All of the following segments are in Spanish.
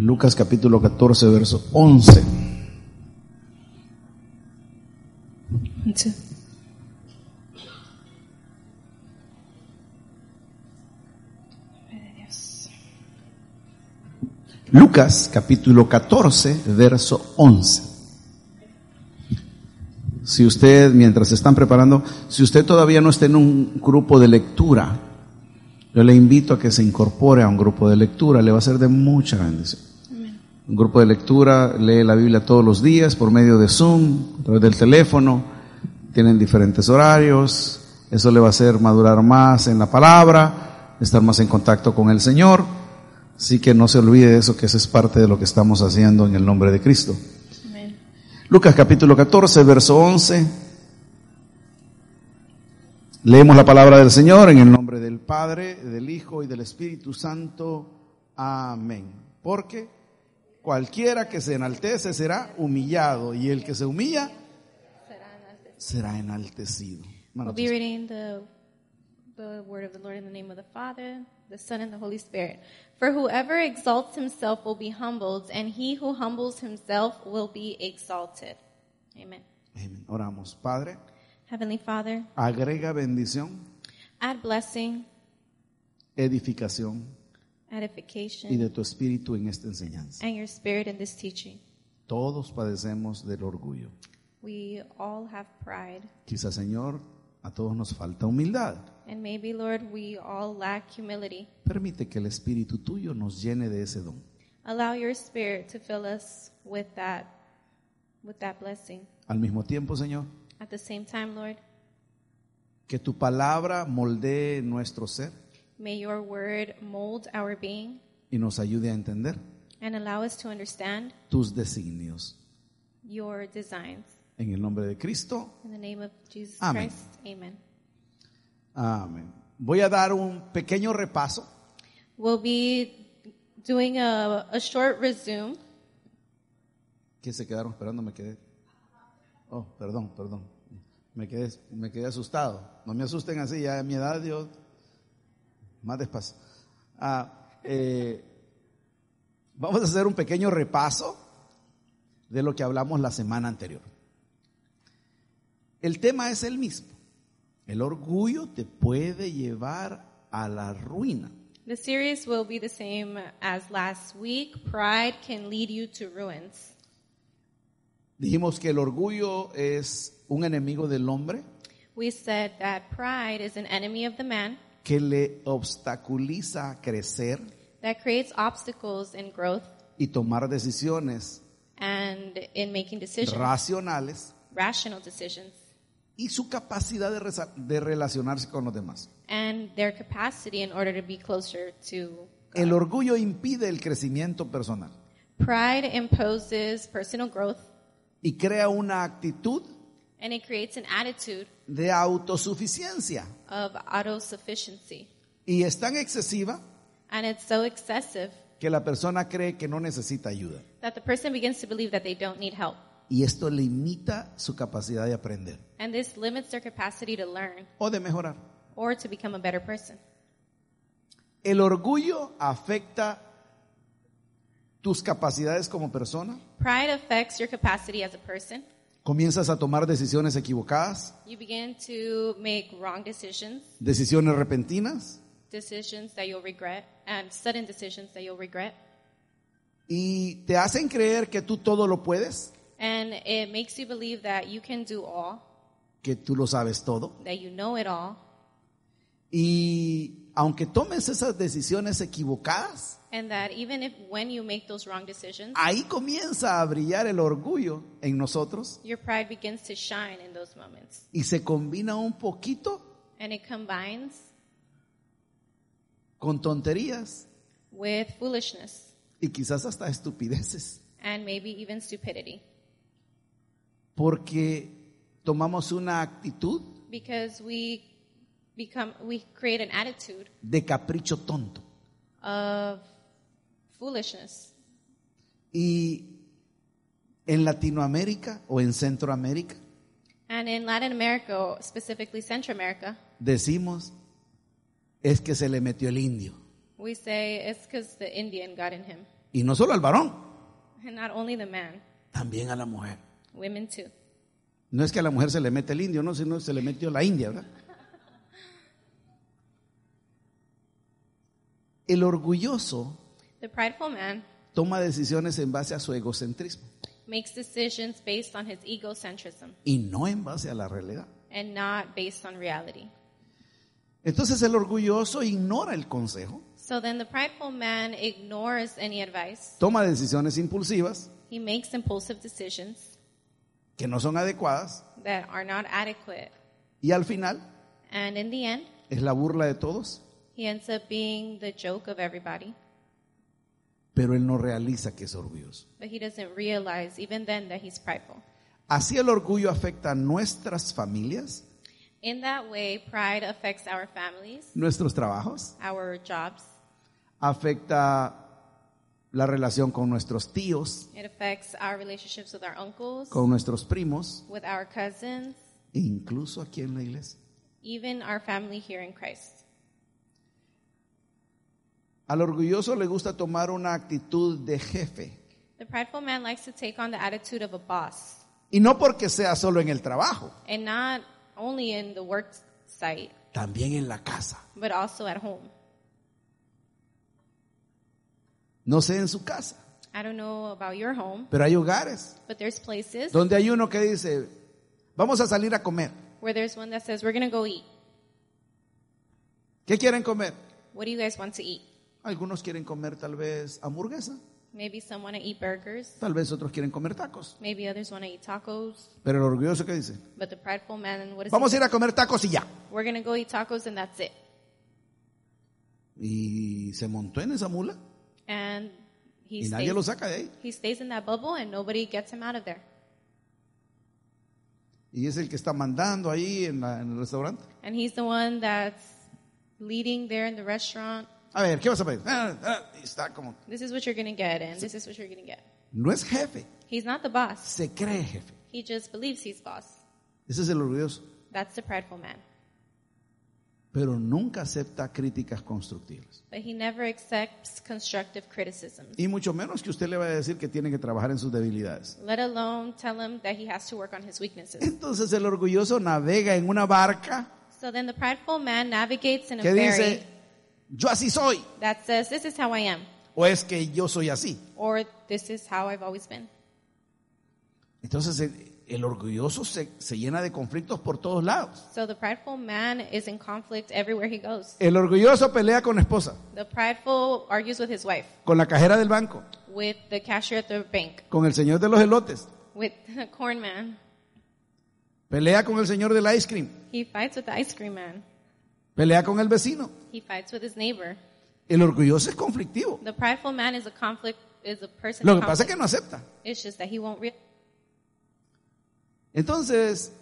Lucas capítulo 14, verso 11. It's- Lucas capítulo 14, verso 11. Si usted, mientras se están preparando, si usted todavía no está en un grupo de lectura, yo le invito a que se incorpore a un grupo de lectura, le va a ser de mucha bendición. Un grupo de lectura lee la Biblia todos los días por medio de Zoom, a través del teléfono, tienen diferentes horarios, eso le va a hacer madurar más en la palabra, estar más en contacto con el Señor. Así que no se olvide de eso, que eso es parte de lo que estamos haciendo en el nombre de Cristo. Lucas capítulo 14, verso 11. Leemos la palabra del Señor en el nombre del Padre, del Hijo y del Espíritu Santo. Amén. Porque cualquiera que se enaltece será humillado y el que se humilla será enaltecido. We'll Hermanos, be reading the, the word of the Lord in the name of the Father, the Son, and the Holy Spirit. For whoever exalts himself will be humbled, and he who humbles himself will be exalted. Amen. amén. Oramos, Padre, Heavenly Father, agrega bendición, add blessing, edificación y edification, de tu espíritu en esta enseñanza. and your spirit in this teaching. Todos padecemos del orgullo. We all have pride, Quizás, Señor, a todos nos falta humildad. and maybe, Lord, we all lack humility. Permite que el Espíritu tuyo nos llene de ese don. Allow your spirit to fill us with that, with that blessing. Al mismo tiempo, Señor, At the same time, Lord, que tu palabra moldee nuestro ser May your word mold our being y nos ayude a entender and allow us to understand tus designios. your designs. En el nombre de Cristo, In the name of Jesus Amen. Christ, amen. amén. Voy a dar un pequeño repaso We'll be doing a, a short resume. que se quedaron esperando, me quedé. Oh, perdón, perdón. Me quedé, me quedé asustado. No me asusten así, ya a mi edad, Dios. Más despacio. Ah, eh, vamos a hacer un pequeño repaso de lo que hablamos la semana anterior. El tema es el mismo. El orgullo te puede llevar a la ruina. The series will be the same as last week. Pride can lead you to ruins. Dijimos que el orgullo es un enemigo del hombre We said that pride is an enemy of the man que le obstaculiza crecer that creates obstacles in growth y tomar decisiones and in making decisions, racionales rational decisions, y su capacidad de, reza- de relacionarse con los demás. and their capacity in order to be closer to God. El orgullo impide el crecimiento personal Pride imposes personal growth y crea una actitud and it creates an attitude de autosuficiencia of autosufficiency. y es tan excesiva And it's so excessive que la persona cree que no necesita ayuda that the person begins to believe that they don't need help. y esto limita su capacidad de aprender And this limits their capacity to learn o de mejorar. or to become a better person. El orgullo afecta tus capacidades como persona Pride affects your capacity as a person. comienzas a tomar decisiones equivocadas, You begin to make wrong decisions, decisiones repentinas decisions that you'll regret, and sudden decisions that you'll regret. y te hacen creer que tú todo lo puedes, And it makes you believe that you can do all, que tú lo sabes todo that you know it all. y aunque tomes esas decisiones equivocadas, And that even if when you make those wrong decisions, ahí comienza a brillar el orgullo en nosotros Your pride begins to shine in those moments. y se combina un poquito And it combines con tonterías with foolishness y quizás hasta estupideces, and maybe even stupidity porque tomamos una actitud because we become we create an attitude de capricho tonto. of foolishness. Y en Latinoamérica o en Centroamérica And in Latin America, specifically Central America, decimos, es que se le metió el indio. we say it's because the Indian got in him, Y no solo al varón, and not only the man, también a la mujer. women too. No es que a la mujer se le mete el indio, no, sino se le metió la india, ¿verdad? El orgulloso The prideful man toma decisiones en base a su egocentrismo makes decisions based on his egocentrism y no en base a la realidad. and not based on reality. Entonces el orgulloso ignora el consejo, So then the prideful man ignores any advice. toma decisiones impulsivas He makes impulsive decisions que no son adecuadas that are not adequate. y al final And in the end, es la burla de todos, he ends up being the joke of everybody. pero él no realiza que es orgulloso. But he doesn't realize even then that he's prideful. Así el orgullo afecta a nuestras familias, In that way, pride affects our families, nuestros trabajos, our jobs, afecta la relación con nuestros tíos, it affects our relationships with our uncles, con nuestros primos, with our cousins, e incluso aquí en la iglesia. even our family here in Christ. Al orgulloso le gusta tomar una actitud de jefe, The prideful man likes to take on the attitude of a boss, y no porque sea solo en el trabajo, and not only in the work site, también en la casa. but also at home. No sé en su casa, I don't know about your home, pero hay hogares but there's places donde hay uno que dice, vamos a salir a comer. where there's one that says, we're going to go eat. ¿Qué quieren comer? What do you guys want to eat? Algunos quieren comer tal vez hamburguesa, Maybe some want to eat burgers. tal vez otros quieren comer tacos. Maybe others want to eat tacos. Pero el orgulloso que dice, But the prideful man, what is vamos a he? ir a comer tacos y ya. We're going to go eat tacos and that's it. Y se montó en esa mula And he y nadie lo stays, saca de ahí. he stays in that bubble and nobody gets him out of there. Y es el que está mandando ahí en, la- en el restaurante. And he's the one that's leading there in the restaurant. A ver, ¿qué vas a pedir? Ah, ah, y está como, This is what you're going to get and this is what you're going to get. no es jefe, He's not the boss. se cree jefe. He just believes he's boss. Ese es el orgulloso. That's the prideful man. Pero nunca acepta críticas constructivas. But he never accepts constructive criticism, Y mucho menos que usted le vaya a decir que tiene que trabajar en sus debilidades. let alone tell him that he has to work on his weaknesses. Entonces el orgulloso navega en una barca So then the prideful man navigates in a que dice, ferry yo así soy, that says, this is how I am, o es que yo soy así. or this is how I've always been. Entonces el, el orgulloso se, se llena de conflictos por todos lados. So the prideful man is in conflict everywhere he goes. El orgulloso pelea con la esposa, The prideful argues with his wife, con la cajera del banco, with the cashier at the bank, con el señor de los elotes, with the corn man. pelea con el señor del ice cream, He fights with the ice cream man. pelea con el vecino. He fights with his neighbor. El orgulloso es conflictivo. The prideful man is a conflict, is a person. Lo in que pasa es conflict. que no acepta. It's just that he won't real. Entonces,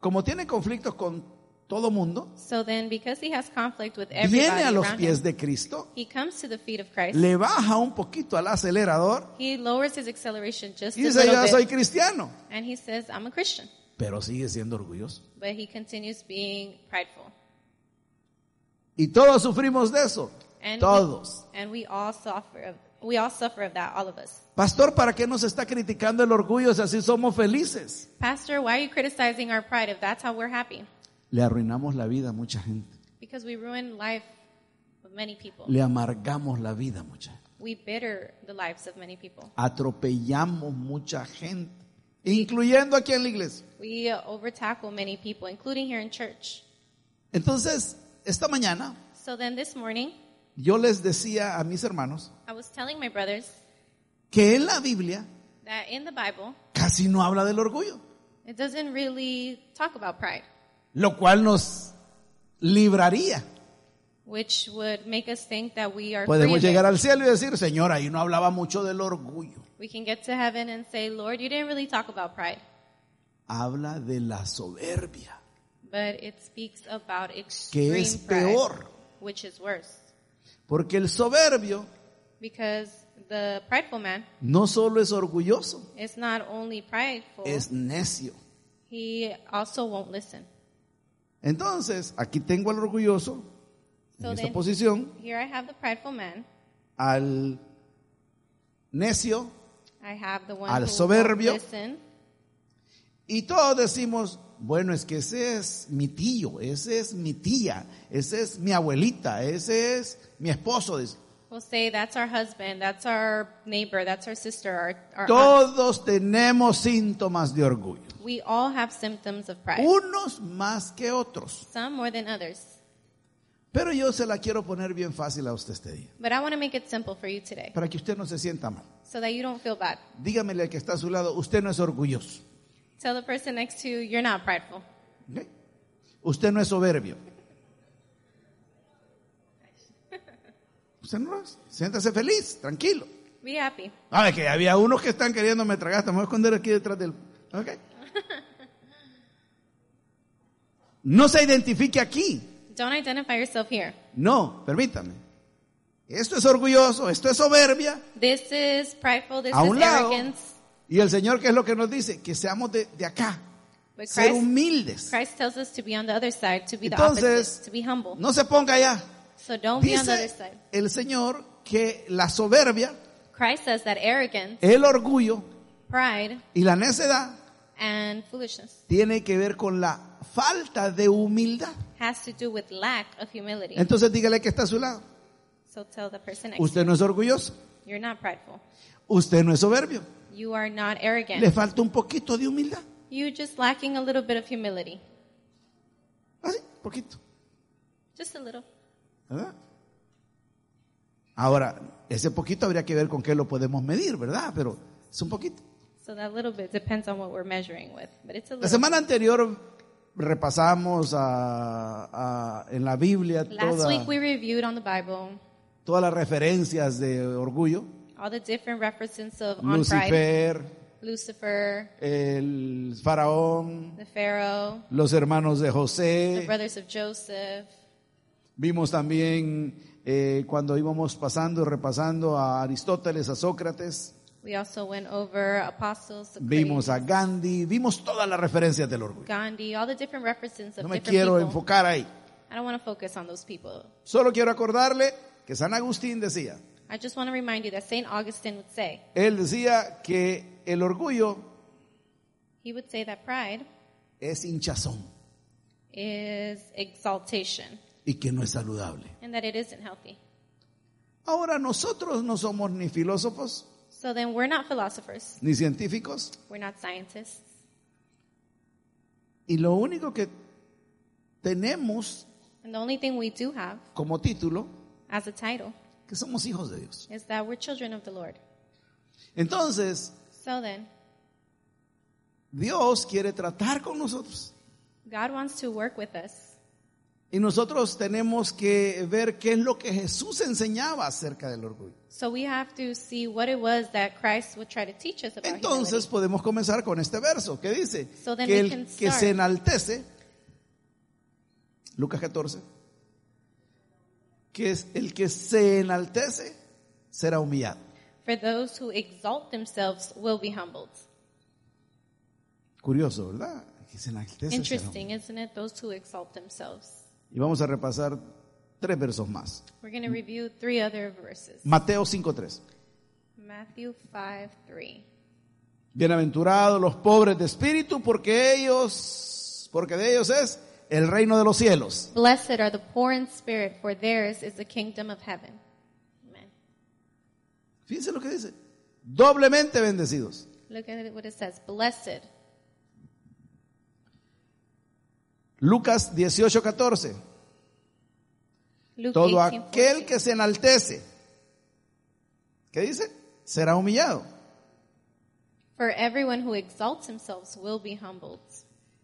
como tiene conflictos con todo mundo, So then, because he has conflict with everybody viene a los around pies him, de Cristo, he comes to the feet of Christ. le baja un poquito al acelerador He lowers his acceleration just y a dice, little yo bit, soy cristiano. and he says, "I'm a Christian," Pero sigue siendo orgulloso. but he continues being prideful. Y todos sufrimos de eso. And Todos. We, and we all suffer of we all suffer of that, all of us. Pastor, ¿para qué nos está criticando el orgullo si así somos felices? Pastor, why are you criticizing our pride if that's how we're happy? Le arruinamos la vida a mucha gente. Because we ruin life of many people. Le amargamos la vida a mucha gente. We bitter the lives of many people. Atropellamos mucha gente. Incluyendo aquí en la iglesia. We uh, overtackle many people, including here in church. Entonces, esta mañana So then this morning, yo les decía a mis hermanos I was telling my brothers que en la Biblia that in the Bible, casi no habla del orgullo. it doesn't really talk about pride, Lo cual nos libraría which would make us think that we are free Podemos of it. llegar al cielo y decir, Señor, ahí no hablaba mucho del orgullo. We can get to heaven and say, Lord, you didn't really talk about pride, Habla de la soberbia, but it speaks about extreme que es pride, peor. which is worse. Porque el soberbio Because the prideful man no solo es orgulloso, is not only prideful, es necio. he also won't listen. Entonces, aquí tengo al orgulloso, en So esta then- posición, Here I have the prideful man. al necio, I have the one Al who soberbio. won't listen. y todos decimos, bueno, es que ese es mi tío, ese es mi tía, ese es mi abuelita, ese es mi esposo. dice. We'll say that's our husband, that's our neighbor, that's our sister, our, our aunt. Todos tenemos síntomas de orgullo, We all have symptoms of pride. unos más que otros. Some more than others. Pero yo se la quiero poner bien fácil a usted este día, But I want to make it simple for you today para que usted no se sienta mal. so that you don't feel bad. Dígamele al que está a su lado, usted no es orgulloso, Tell the person next to you, you're not prideful. ¿ok? usted no es soberbio. Usted no lo es. Siéntase feliz, tranquilo. Be happy. Ah, es que había unos que están queriéndome tragar. Te me voy a esconder aquí detrás del... ¿Ok? No se identifique aquí. Don't identify yourself here. No, permítame. Esto es orgulloso, esto es soberbia. This is prideful, this A is un lado. arrogance. Y el Señor, ¿qué es lo que nos dice? Que seamos de, de acá. But Ser Christ, humildes. Christ tells us to be on the other side, to be the Entonces, opposite, to be humble. No se ponga allá. So don't be on the other Dice side. el Señor que la soberbia, Christ says that arrogance, el orgullo pride, y la necedad and foolishness tiene que ver con la falta de humildad. has to do with lack of humility. Entonces dígale que está a su lado. So tell the person next to Usted no es orgulloso. you, you're not prideful. Usted no es soberbio. You are not Le arrogant. falta un poquito de humildad. You're just lacking a little bit of humility. Así, poquito. Just a little. ¿Verdad? Ahora, ese poquito habría que ver con qué lo podemos medir, ¿verdad? Pero es un poquito. So that little bit depends on what we're measuring with, but it's a La little. semana anterior repasamos a- a- en la Biblia Last toda- week we reviewed on the Bible todas las referencias de orgullo. all the different references of on pride, Lucifer, Lucifer, el faraón, the Pharaoh, los hermanos de the José. brothers of Joseph. Vimos también eh, cuando íbamos pasando y repasando a Aristóteles, a Sócrates. We also went over apostles, Vimos Socrates, a Gandhi, vimos todas las referencias del orgullo. Gandhi, all the different references of No me quiero different people. enfocar ahí. I don't want to focus on those people. Solo quiero acordarle que San Agustín decía, I just want to remind you that St. Augustine would say, él decía que el orgullo he would say that pride es hinchazón is exaltation y que no es saludable. and that it isn't healthy. Ahora nosotros no somos ni filósofos, So then we're not philosophers. ni científicos, We're not scientists. y lo único que tenemos And the only thing we do have como título, as a title que somos hijos de Dios. is that we're children of the Lord. Entonces, So then Dios quiere tratar con nosotros. God wants to work with us. Y nosotros tenemos que ver qué es lo que Jesús enseñaba acerca del orgullo. So we have to see what it was that Christ would try to teach us about Entonces humility. podemos comenzar con este verso que dice So then que we el can que start. se enaltece, Lucas 14, que es el que se enaltece será humillado. For those who exalt themselves will be humbled. Curioso, ¿verdad? El Que se enaltece. será humillado. Interesting, isn't it? Those who exalt themselves. Y vamos a repasar tres versos más. We're going to review three other verses. Mateo 5.3. Matthew 5, 3. Bienaventurados los pobres de espíritu porque ellos, porque de ellos es el reino de los cielos. Blessed are the poor in spirit, for theirs is the kingdom of heaven. Amen. Fíjense lo que dice. Doblemente bendecidos. Look at what it says. Blessed. Lucas 18, 14. Luke Todo 18, aquel 14. que se enaltece, ¿qué dice? Será humillado. For everyone who exalts themselves will be humbled.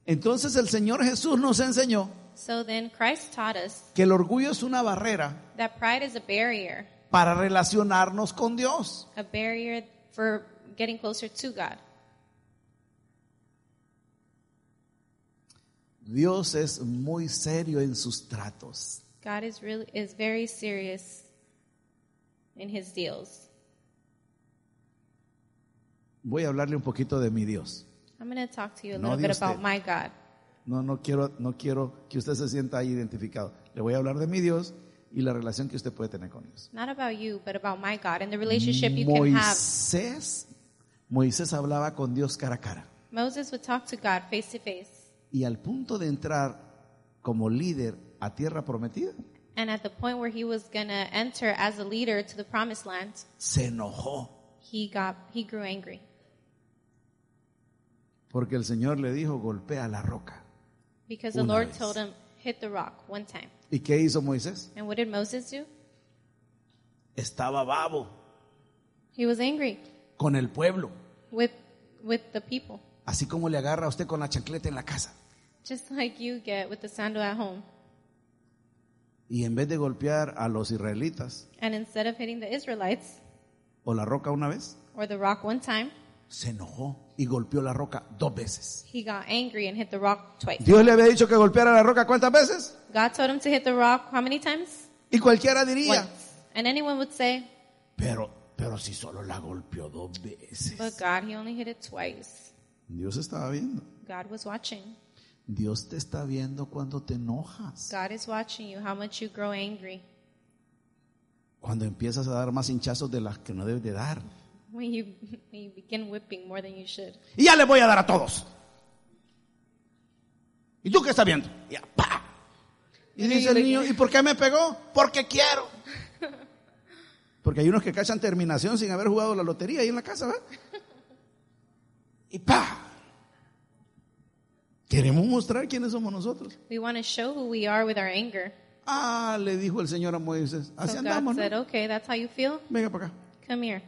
Entonces el Señor Jesús nos enseñó So then Christ taught us que el orgullo es una barrera that pride is a barrier, para relacionarnos con Dios. a barrier for getting closer to God. Dios es muy serio en sus tratos. God is really is very serious in his deals. Voy a hablarle un poquito de mi Dios. I'm going to talk to you a No little de bit usted. about my God. No, no quiero, no quiero que usted se sienta ahí identificado. Le voy a hablar de mi Dios y la relación que usted puede tener con Dios. Not about you, but about my God and the relationship you can have. Moisés, Moisés hablaba con Dios cara a cara. Moses would talk to God face to face. Y al punto de entrar como líder a tierra prometida, And at the point where he was going to enter as a leader to the promised land, se enojó he got he grew angry porque el Señor le dijo, golpea la roca. because the Una Lord vez. told him hit the rock one time. ¿Y qué hizo Moisés? And what did Moses do? Estaba babo He was angry con el pueblo, with with the people, así como le agarra a usted con la chancleta en la casa. just like you get with the sandal at home. Y en vez de golpear a los israelitas And instead of hitting the Israelites o la roca una vez, or the rock one time, se enojó y golpeó la roca dos veces. he got angry and hit the rock twice. Dios le había dicho que golpeara la roca cuántas veces God told him to hit the rock how many times? y cualquiera diría, Once. And anyone would say, pero pero si solo la golpeó dos veces. but God, he only hit it twice. Dios estaba viendo. God was watching. Dios te está viendo cuando te enojas, God is watching you, how much you grow angry. cuando empiezas a dar más hinchazos de las que no debes de dar. When you, when you begin whipping more than you should. Y ya le voy a dar a todos. ¿Y tú qué estás viendo? Y, ya, ¡pa! y dice el niño, ¿y por qué me pegó? Porque quiero. Porque hay unos que cachan terminación sin haber jugado la lotería ahí en la casa, ¿verdad? Y pa. Queremos mostrar quiénes somos nosotros. We want to show who we are with our anger. Ah, le dijo el Señor a Moisés, así So God andamos, ¿no? said, okay, that's how you feel? Venga para acá. Come here.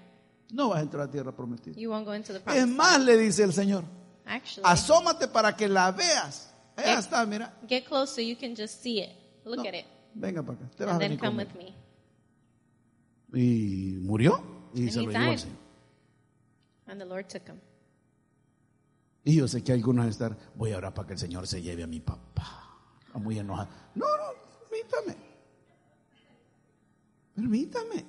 No vas a entrar a tierra prometida. You won't go into the Es promised land. más, le dice el Señor, Actually, asómate para que la veas. Allá Eh. está, mira. get close so you can just see it. Look No, at it. Venga para acá. Te vas a And then venir come conmigo. with me. Y murió. Y And se he lo llevó al died. Señor. And the Lord took him. Y yo sé que algunos están, voy a orar para que el Señor se lleve a mi papá. Está Muy enojado. No, no, permítame. Permítame.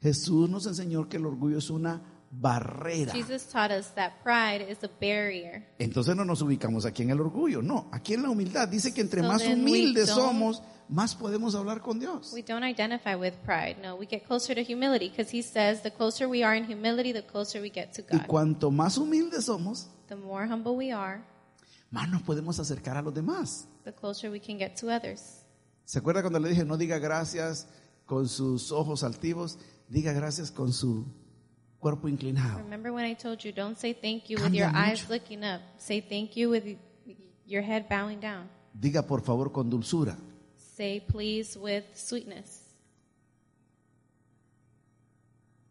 Jesús nos enseñó que el orgullo es una barrera. Jesus taught us that pride is a barrier. Entonces no nos ubicamos aquí en el orgullo, no, aquí en la humildad. Dice que entre So más then we humildes don't- somos, más podemos hablar con Dios. We don't identify with pride. No, we get closer to humility because he says the closer we are in humility, the closer we get to Y God. cuanto más humildes somos, The more humble we are, más nos podemos acercar a los demás. the closer we can get to others. ¿Se acuerda cuando le dije, no diga gracias con sus ojos altivos, diga gracias con su cuerpo inclinado? Remember when I told you don't say thank you with Cambia your eyes mucho. looking up. Say thank you with your head bowing down. Diga por favor con dulzura. Say please with sweetness.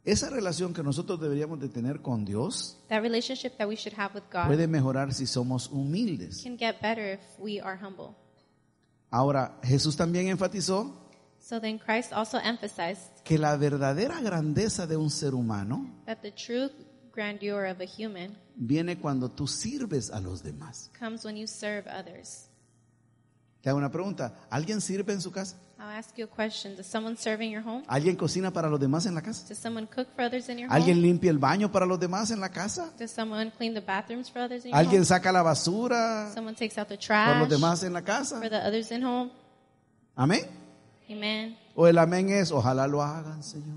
Esa relación que nosotros deberíamos de tener con Dios That relationship that we should have with God puede mejorar si somos humildes. can get better if we are humble. Ahora, Jesús también enfatizó So then Christ also emphasized que la verdadera grandeza de un ser humano that the true grandeur of a human viene cuando tú sirves a los demás. comes when you serve others. Te hago una pregunta, ¿alguien sirve en su casa? I'll ask you a question. Does someone serve in your home? ¿Alguien cocina para los demás en la casa? Does someone cook for others in your ¿Alguien home? limpia el baño para los demás en la casa? Does someone clean the bathrooms for others in your ¿Alguien home? saca la basura Someone takes out the por los trash demás en la casa? for the others in home? ¿Amén? Amen. O el amén es, ojalá lo hagan, Señor.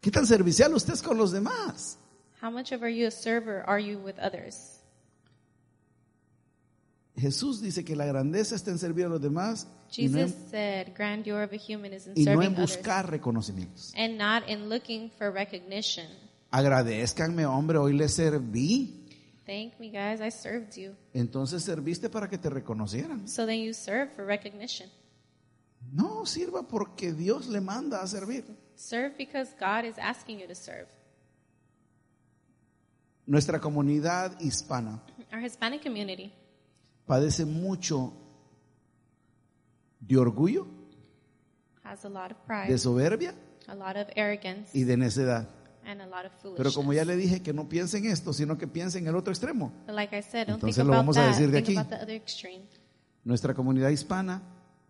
¿Qué tan servicial usted es con los demás? How much of are you a server are you with others? Jesús dice que la grandeza está en servir a los demás y no Jesus en, said, grandeur of a human is in y no en serving others buscar reconocimientos. and not in looking for recognition. Agradezcanme, hombre, hoy le serví. Thank me, guys. I served you. Entonces serviste para que te reconocieran. So then you serve for recognition. No, sirva porque Dios le manda a servir. Serve because God is asking you to serve. Nuestra comunidad hispana Our Hispanic community padece mucho de orgullo, has a lot of pride, de soberbia a lot of arrogance, y de necedad. and a lot of Pero foolishness. como ya le dije que no piensen esto, sino que piensen en el otro extremo. But like I said, don't Entonces think lo about vamos a that. decir de think aquí. about the other extreme. Nuestra comunidad hispana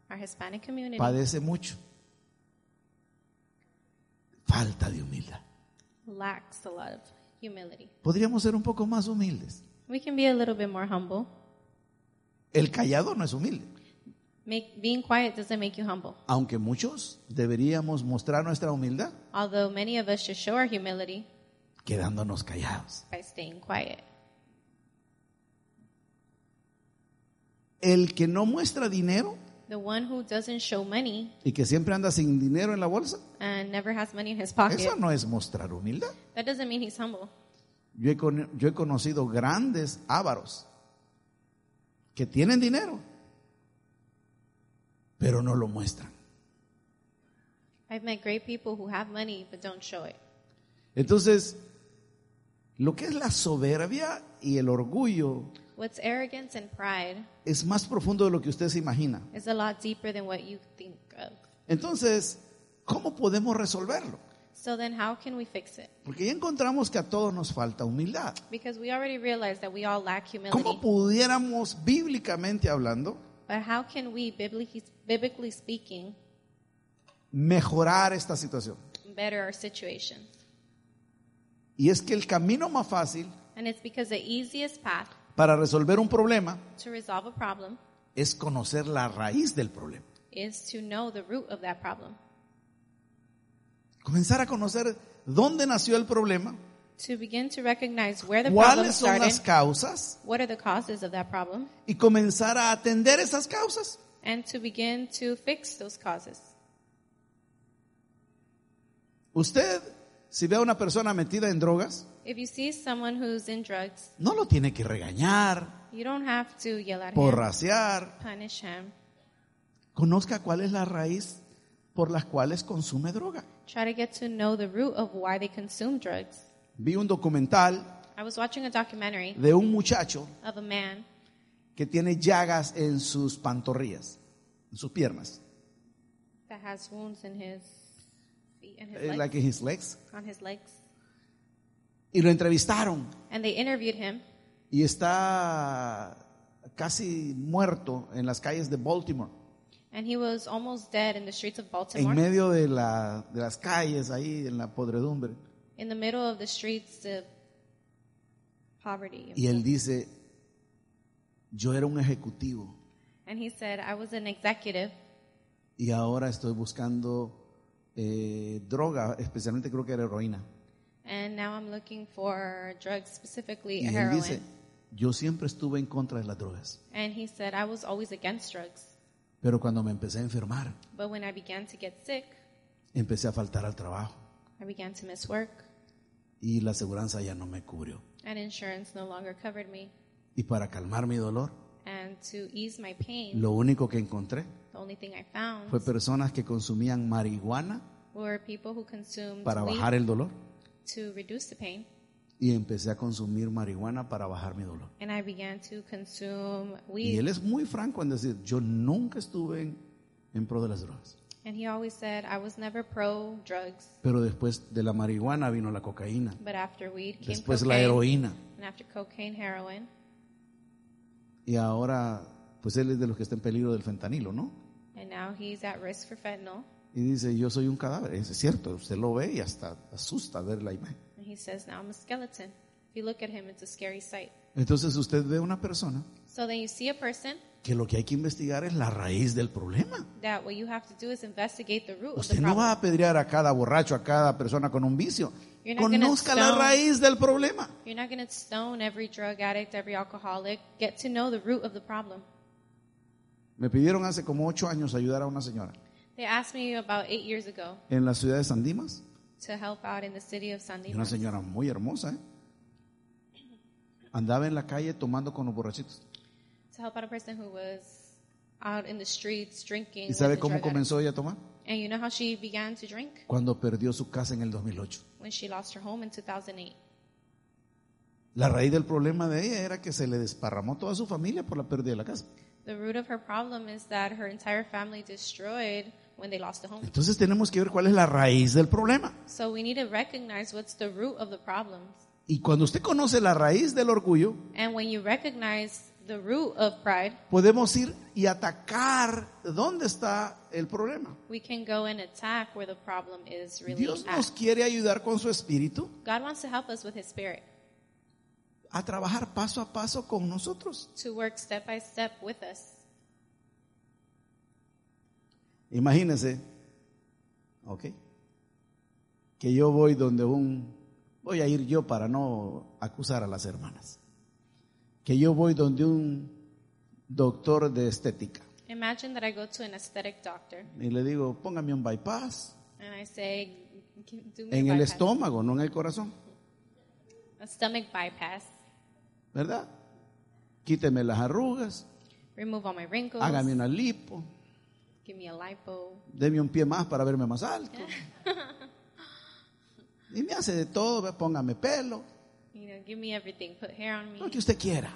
Our Hispanic community padece mucho. Falta de humildad. lacks a lot of humility. Podríamos ser un poco más humildes. We can be a little bit more humble. El callado no es humilde, Make, being quiet doesn't make you humble. aunque muchos deberíamos mostrar nuestra humildad Although many of us should show our humility quedándonos callados. by staying quiet. El que no muestra dinero The one who doesn't show money y que siempre anda sin dinero en la bolsa, and never has money in his pocket, eso no es mostrar humildad. that doesn't mean he's humble. Yo he, con- yo he conocido grandes ávaros que tienen dinero, pero no lo muestran. I've met great people who have money but don't show it. Entonces, lo que es la soberbia y el orgullo What's arrogance and pride es más profundo de lo que usted se imagina. is a lot deeper than what you think of. Entonces, ¿cómo podemos resolverlo? So then how can we fix it? Porque ya encontramos que a todos nos falta humildad. Because we already realize that we all lack humility. ¿Cómo pudiéramos, bíblicamente hablando, But how can we, biblically, biblically speaking, mejorar esta situación? better our situations? Y es que el camino más fácil And it's because the easiest path para resolver un problema to resolve a problem es conocer la raíz del problema. is to know the root of that problem, Comenzar a conocer dónde nació el problema, to begin to recognize where the problem cuáles son started, las causas what are the causes of that problem, y comenzar a atender esas causas. and to begin to fix those causes. Usted, si ve a una persona metida en drogas, If you see someone who's in drugs, no lo tiene que regañar, you don't have to yell at him, porracear. punish him. Conozca cuál es la raíz por las cuales consume droga. Try to get to know the root of why they consume drugs. Vi un documental I was watching a documentary de un muchacho of a man que tiene llagas en sus pantorrillas, en sus piernas. that has wounds in his feet and his eh, legs, like in his legs. on his legs. Y lo entrevistaron And they interviewed him, y está casi muerto en las calles de Baltimore, and he was almost dead in the streets of en Baltimore, medio de, la- de las calles, ahí en la podredumbre. in the middle of the streets of poverty. Y él dice, yo era un ejecutivo And he said, I was an executive, y ahora estoy buscando eh, droga, especialmente creo que era heroína. and now I'm looking for drugs, specifically Y él heroin. dice, yo siempre estuve en contra de las drogas, And he said, I was always against drugs, pero cuando me empecé a enfermar, but when I began to get sick, empecé a faltar al trabajo I began to miss work, y la aseguranza ya no me cubrió. and insurance no longer covered me. Y para calmar mi dolor, And to ease my pain, lo único que encontré the only thing I found fue personas que consumían marihuana were people who consumed para weed bajar el dolor to reduce the pain. y empecé a consumir marihuana para bajar mi dolor. And I began to consume Y weed. él es muy franco en decir, yo nunca estuve en, en pro de las drogas. And he always said, I was never pro drugs, Pero después de la marihuana vino la cocaína, but after weed came después la cocaine. heroína And after cocaine, heroin. y ahora pues él es de los que está en peligro del fentanilo, ¿no? And now he's at risk for fentanyl. Y dice, yo soy un cadáver. Es cierto, usted lo ve y hasta asusta ver la imagen. And he says, Now I'm a skeleton. If you look at him, it's a scary sight. Entonces usted ve una persona So then you see a person que lo que hay que investigar es la raíz del problema. that what you have to do is investigate the root of the Usted no problem. va a apedrear a cada borracho, a cada persona con un vicio. You're not gonna Conozca la stone. raíz del problema. You're not going to stone every drug addict, every alcoholic. Get to know the root of the problem. Me pidieron hace como ocho años ayudar a una señora They asked me about eight years ago en la ciudad de San Dimas. to help out in the city of San Y Una Dimas. señora muy hermosa, ¿eh? Andaba en la calle tomando con los borrachitos. to help out a person who was out in the streets drinking. ¿Y was sabe a cómo drug addict. comenzó ella a tomar? And you know how she began to drink? Cuando perdió su casa en el 2008. When she lost her home in 2008. La raíz del problema de ella era que se le desparramó toda su familia por la pérdida de la casa. The root of her problem is that her entire family destroyed when they lost the home. Entonces tenemos que ver cuál es la raíz del problema. So we need to recognize what's the root of the problems. Y cuando usted conoce la raíz del orgullo, And when you recognize the root of pride, podemos ir y atacar dónde está el problema. we can go and attack where the problem is really Ah. Dios nos at. quiere ayudar con su espíritu God wants to help us with his spirit a trabajar paso a paso con nosotros. to work step by step with us. Imagínense, ¿ok? Que yo voy donde un, voy a ir yo para no acusar a las hermanas. Que yo voy donde un doctor de estética Imagine that I go to an aesthetic doctor y le digo, póngame un bypass and I say, "Can- do me a en el bypass, estómago, no en el corazón, a stomach bypass, ¿verdad? Quíteme las arrugas, remove all my wrinkles, hágame una lipo, give me a lipo, deme un pie más para verme más alto. Y me hace de todo, ve, póngame pelo, you know, give me everything, put hair on lo me, que usted quiera.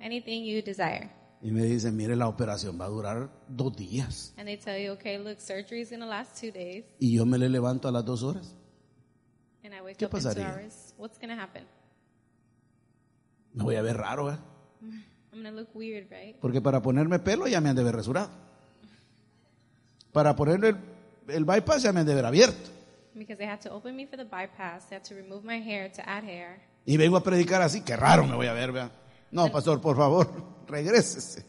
anything you desire. Y me dicen, mire, la operación va a durar dos días. And they tell you, okay, look, surgery is going to last two days. Y yo me le levanto a las dos horas. And I wake ¿Qué up in two pasaría? hours. What's going to happen? Me voy a ver raro, ¿eh? I'm going to look weird, right? Porque para ponerme pelo ya me han de ver rasurado. Para ponerme el, el bypass ya me han de ver abierto. Because they had to open me for the bypass. They had to remove my hair to add hair. Y vengo a predicar así, qué raro me voy a ver, vea. No, pastor, por favor, regrésese.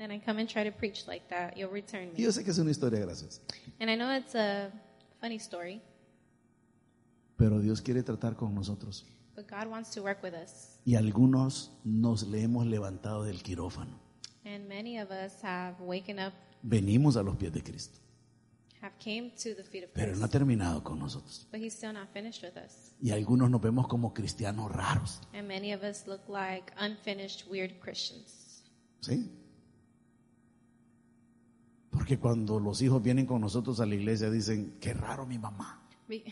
And I come and try to preach like that. You'll return Y me. yo sé que es una historia graciosa. And I know it's a funny story, Pero Dios quiere tratar con nosotros. but God wants to work with us. Y algunos nos le hemos levantado del quirófano. And many of us have waken up, Venimos a los pies de Cristo. have came to the feet of Pero Él Christ. no ha terminado con nosotros. But he's still not finished with us. Y algunos nos vemos como cristianos raros. And many of us look like unfinished, weird Christians. ¿Sí? Porque cuando los hijos vienen con nosotros a la iglesia dicen, qué raro mi mamá. Be-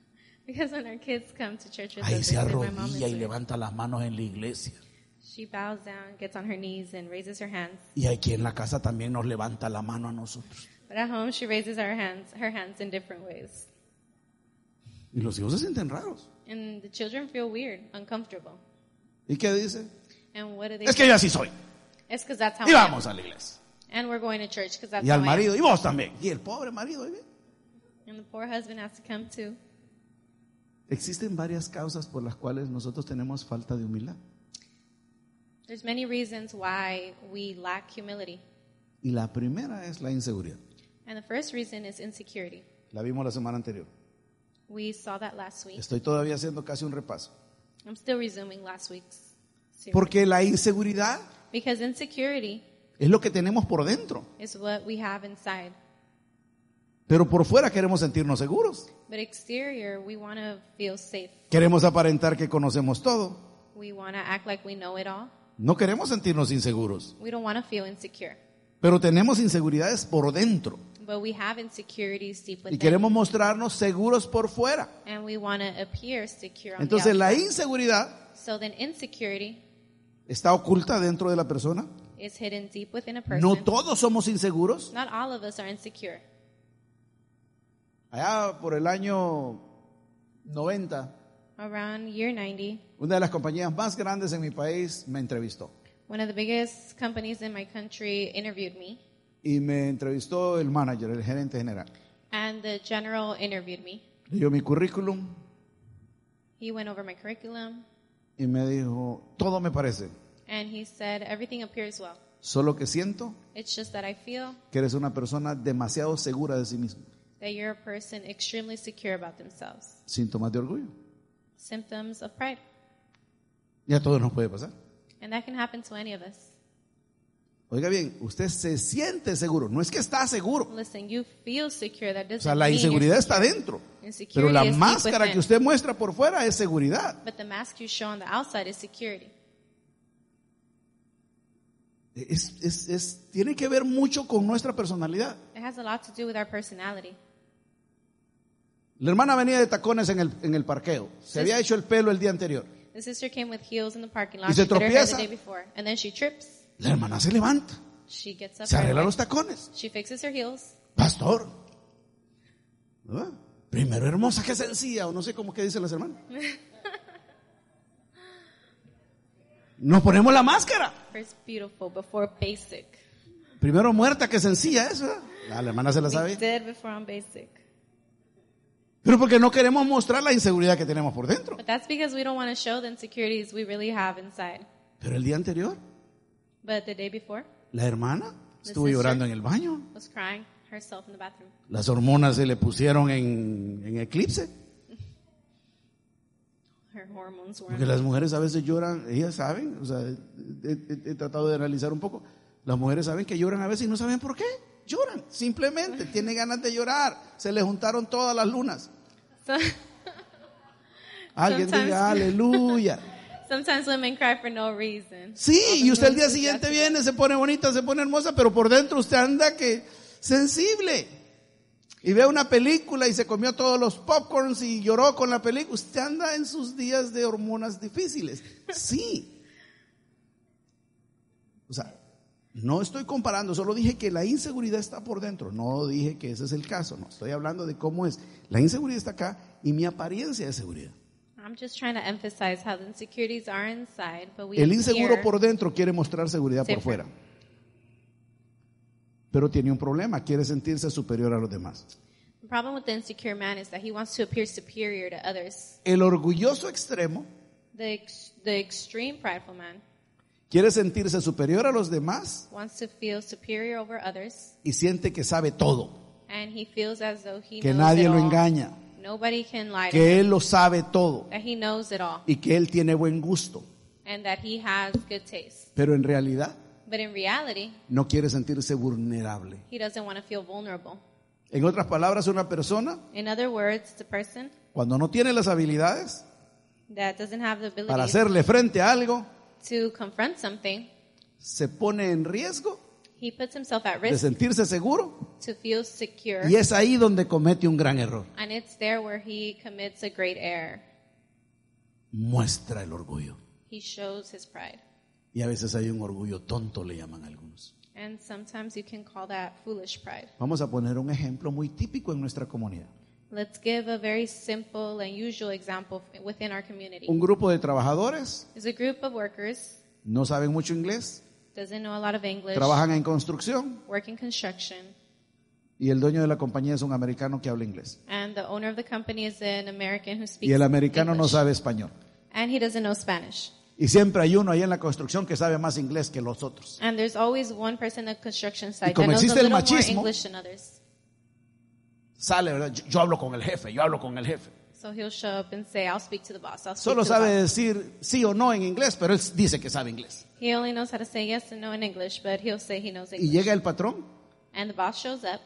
because when our kids come to church with Ahí us, se they say, my mom is arrodilla y weird." levanta las manos en la iglesia. She bows down, gets on her knees, and raises her hands. Y aquí en la casa también nos levanta la mano a nosotros. But at home, she raises her hands, her hands in different ways. Y los hijos se sienten raros. And the children feel weird, uncomfortable. ¿Y qué dice? And what do they Es que yo así soy. It's because that's how Y I am. vamos a la iglesia. And we're going to church because that's Y how al I am. marido, y vos también. Y el pobre marido. ¿eh? And the poor husband has to come too. Existen varias causas por las cuales nosotros tenemos falta de humildad. There's many reasons why we lack humility. Y la primera es la inseguridad. And the first reason is insecurity. La vimos la semana anterior. We saw that last week. Estoy todavía haciendo casi un repaso. I'm still resuming last week's series. Porque la inseguridad Because insecurity es lo que tenemos por dentro. is what we have inside. Pero por fuera queremos sentirnos seguros. But exterior, we want to feel safe. Queremos aparentar que conocemos todo. We want to act like we know it all. No queremos sentirnos inseguros. We don't want to feel insecure, Pero tenemos inseguridades por dentro. but we have insecurities deep Y within, queremos mostrarnos seguros por fuera. and we want to appear secure on the Entonces la outside. inseguridad So then, insecurity está oculta dentro de la persona. is hidden deep within a person. No todos somos inseguros. Not all of us are insecure. Allá por el año 90, Around year 90, una de las compañías más grandes en mi país me entrevistó. one of the biggest companies in my country interviewed me, Y me entrevistó el manager, el gerente general. and the general interviewed me. Leyó mi currículum He went over my curriculum, y me dijo, todo me parece, and he said everything appears well. solo que siento It's just that I feel que eres una persona demasiado segura de sí mismo, that you're a person extremely secure about themselves. síntomas de orgullo. Symptoms of pride. Y a todos nos puede pasar. And that can happen to any of us. Oiga bien, usted se siente seguro, no es que está seguro. Listen, you feel secure. That O doesn't sea, la mean you're inseguridad secure. está dentro. Pero Insecurity la is deep máscara que within. usted muestra por fuera es seguridad. But the mask you show on the outside is security. Es, es- es- tiene que ver mucho con nuestra personalidad. It has a lot to do with our personality. La hermana venía de tacones en el, en el parqueo. Se había hecho el pelo el día anterior. The sister came with heels in the parking lot. Y se She hit her head the tropieza. day before. And then she trips. La hermana se levanta, She gets up. se right arregla away. los tacones. She fixes her heels. Pastor, ¿ah? primero hermosa que sencilla, o no sé cómo que dicen las hermanas. Nos ponemos la máscara. First beautiful before basic. Primero muerta que sencilla, eso. ¿verdad? La, la hermana se la We sabe. did before on basic. Pero porque no queremos mostrar la inseguridad que tenemos por dentro. But that's because we don't want to show the insecurities we really have inside. Pero el día anterior, But the day before, la hermana estuvo sister. llorando en el baño. was crying herself in the bathroom. Las hormonas se le pusieron en, en eclipse. Her hormones were. Porque las mujeres a veces lloran, ellas saben, o sea, he, he- he tratado de analizar un poco. Las mujeres saben que lloran a veces y no saben por qué. Lloran, simplemente, tienen ganas de llorar. Se le juntaron todas las lunas. So, Alguien Sometimes- diga, aleluya. sometimes women cry for no reason. Sí, y usted el día Entonces, siguiente así. viene, se pone bonita, se pone hermosa, pero por dentro usted anda que sensible. Y ve una película y se comió todos los popcorns y lloró con la película. Usted anda en sus días de hormonas difíciles. Sí. O sea, no estoy comparando, solo dije que la inseguridad está por dentro. No dije que ese es el caso, no. Estoy hablando de cómo es. La inseguridad está acá y mi apariencia de seguridad. I'm just trying to emphasize how the insecurities are inside, but we El inseguro appear- por dentro quiere mostrar seguridad por Safer. fuera. Pero tiene un problema, quiere sentirse superior a los demás. The problem with the insecure man is that he wants to appear superior to others. El orgulloso extremo The ex- the extreme prideful man quiere sentirse superior a los demás wants to feel superior over others, y siente que sabe todo, and he feels as though he que knows nadie it lo all. engaña, Nobody can lie to him. que él lo sabe todo That he knows it all, y que él tiene buen gusto. and that he has good taste. Pero en realidad But in reality, no quiere sentirse vulnerable. he doesn't want to feel vulnerable. En otras palabras, una persona In other words, the person cuando no tiene las habilidades that doesn't have the ability para hacerle frente a algo, to confront something, se pone en riesgo he puts himself at de risk sentirse seguro to feel secure. Y es ahí donde comete un gran error. And it's there where he commits a great error. Muestra el orgullo. He shows his pride. Y a veces hay un orgullo tonto, le llaman algunos. And sometimes you can call that foolish pride. Vamos a poner un ejemplo muy típico en nuestra comunidad. Let's give a very simple and usual example within our community. Un grupo de trabajadores, There's a group of workers, no saben mucho inglés, doesn't know a lot of English, trabajan en construcción work in construction, y el dueño de la compañía es un americano que habla inglés. and the owner of the company is an American who speaks Y el americano no English. sabe español. And he doesn't know Spanish. Y siempre hay uno ahí en la construcción que sabe más inglés que los otros. And there's always one person at construction site como that knows a existe el little machismo- more English than others. Sale, ¿verdad? Yo, yo hablo con el jefe, yo hablo con el jefe. So he'll show up and say, I'll speak to the boss. I'll speak Solo to the sabe boss. decir sí o no en inglés, pero él dice que sabe inglés. He only knows how to say yes and no in English, but he'll say he knows Y English. llega el patrón And the boss shows up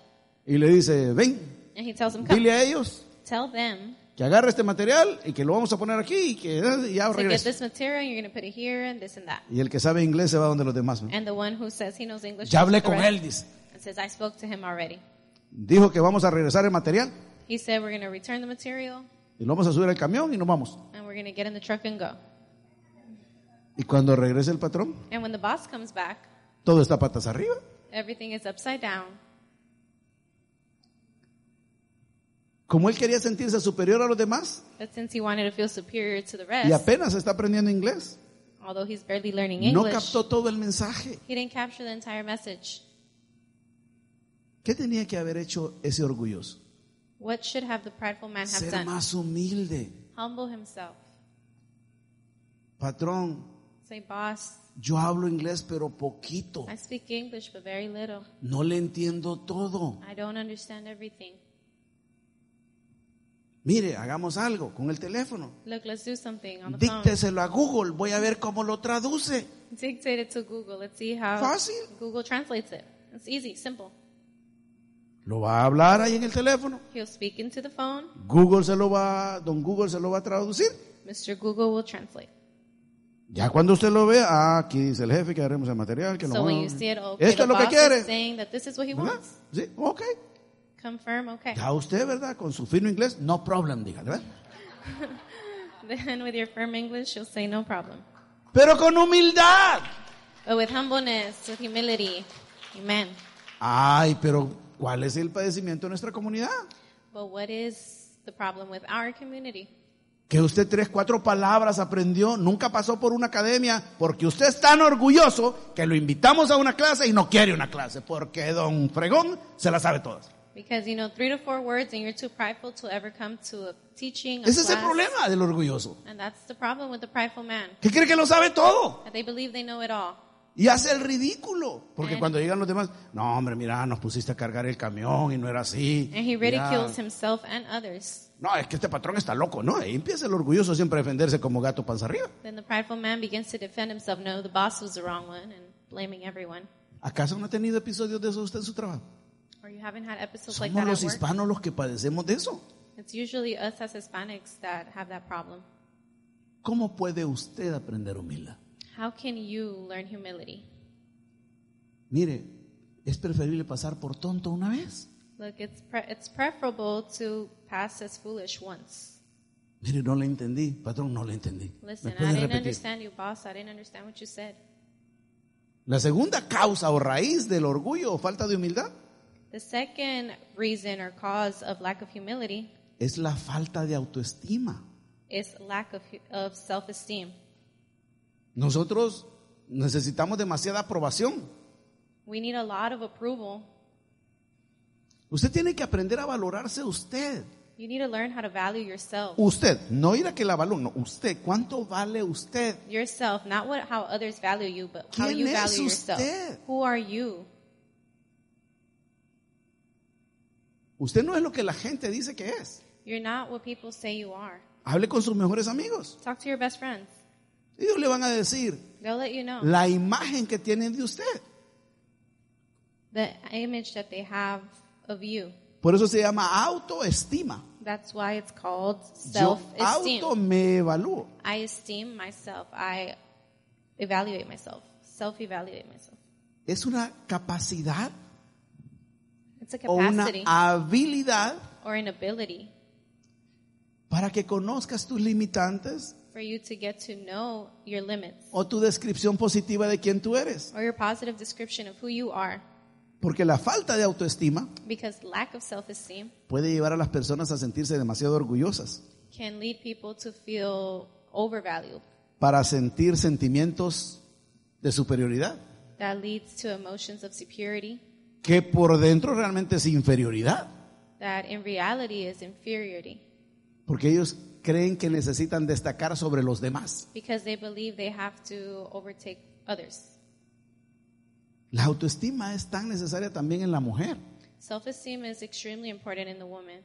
y le dice, ven, and he tells him, Come, Dile a ellos tell them que agarre este material y que lo vamos a poner aquí y que eh, ya to get regreso. this material, you're going to put it here and this and that. Y el que sabe inglés se va donde los demás. ¿no? And the one who says he knows English Ya goes to hablé the con él, rest dice. and says, I spoke to him already. Dijo que vamos a regresar el material He said, We're going to return the material y lo vamos a subir al camión y nos vamos. and we're going to get in the truck and go. Y cuando regrese el patrón, And when the boss comes back, todo está patas arriba. everything is upside down. Como él quería sentirse superior a los demás But since he wanted to feel superior to the y rest, apenas está aprendiendo inglés, although he's barely learning no English, captó todo el mensaje. he didn't capture the entire message. ¿Qué tenía que haber hecho ese orgulloso? What should have the prideful man have Ser done? más humilde. Humble himself. Patrón, Say, boss, yo hablo inglés pero poquito. I speak English, but very little. No le entiendo todo. I don't understand everything. Mire, hagamos algo con el teléfono. Look, let's do something on the phone. Dícteselo a Google, voy a ver cómo lo traduce. Dictate it to Google. Let's see how Fácil. Google translates it. It's easy, simple. Lo va a hablar ahí en el teléfono. He'll speak into the phone. Google se lo va, don Google se lo va a traducir. Mr. Google will translate. Ya cuando usted lo vea, ah, aquí dice el jefe que haremos el material, que lo So when you vamos a- see it, okay, Esto the es lo que boss quiere. is saying that this is what he ¿Verdad? wants. Sí, ok. Confirm, okay. Ya usted, ¿verdad? Con su fino inglés, no problem, dígale, ¿verdad? Then with your firm English, you'll say no problem. pero con humildad. But with humbleness, with humility, amen. Ay, pero ¿cuál es el padecimiento de nuestra comunidad? But what is the problem with our community? Que usted tres, cuatro palabras aprendió, nunca pasó por una academia, porque usted es tan orgulloso que lo invitamos a una clase y no quiere una clase, porque don Fregón se la sabe todas. Because you know three to four words, and you're too prideful to ever come to a teaching. A Ese es el class. problema del orgulloso, And that's the problem with the prideful man. que cree que lo sabe todo That they believe they know it all. y hace el ridículo, Eh. porque cuando llegan los demás, no hombre, mira, nos pusiste a cargar el camión y no era así. And Eh, he Mira, ridicules himself and others. No, es que este patrón está loco, ¿no? Ahí empieza el orgulloso siempre a defenderse como gato panza arriba. Then the prideful man begins to defend himself. No, the boss was the wrong one, and blaming everyone. ¿Acaso no ha tenido episodios de eso usted en su trabajo? Or you haven't had episodes like Somos that los at work. hispanos los que padecemos de eso. It's usually us as Hispanics that have that problem. ¿Cómo puede usted aprender humildad? How can you learn humility? Mire, es preferible pasar por tonto una vez. Look, it's pre- it's preferable to pass as foolish once. Mire, no le entendí, patrón, no le entendí. Listen, ¿Me I puede didn't repetir? eh, understand you, boss. I didn't understand what you said. La segunda causa o raíz del orgullo o falta de humildad The second reason or cause of lack of humility es la falta de autoestima. is lack of, hu- of self-esteem. Nosotros necesitamos demasiada aprobación. We need a lot of approval. Usted tiene que aprender a valorarse usted. You need to learn how to value yourself. Usted, no ir a que la valor, no, usted, ¿cuánto vale usted? Yourself, not what how others value you, but how ¿Quién you es value yourself. usted? Who are you? Usted no es lo que la gente dice que es. You're not what people say you are. Hable con sus mejores amigos. Talk to your best friends. Ellos le van a decir They'll let you know la imagen que tienen de usted. the image that they have of you. Por eso se llama autoestima. That's why it's called Yo self-esteem. auto me evalúo. I esteem myself. I evaluate myself. Self-evaluate myself. Es una capacidad It's a o una capacity habilidad or an ability para que conozcas tus limitantes for you to get to know your limits o tu descripción positiva de quién tú eres. or your positive description of who you are. Porque la falta de autoestima Because lack of self-esteem puede llevar a las personas a sentirse demasiado orgullosas can lead people to feel overvalued. para sentir sentimientos de superioridad, That leads to emotions of superiority que por dentro realmente es inferioridad. that in reality is inferiority Porque ellos creen que necesitan destacar sobre los demás. because they believe they have to overtake others. La autoestima es tan necesaria también en la mujer. Self-esteem is extremely important in the woman.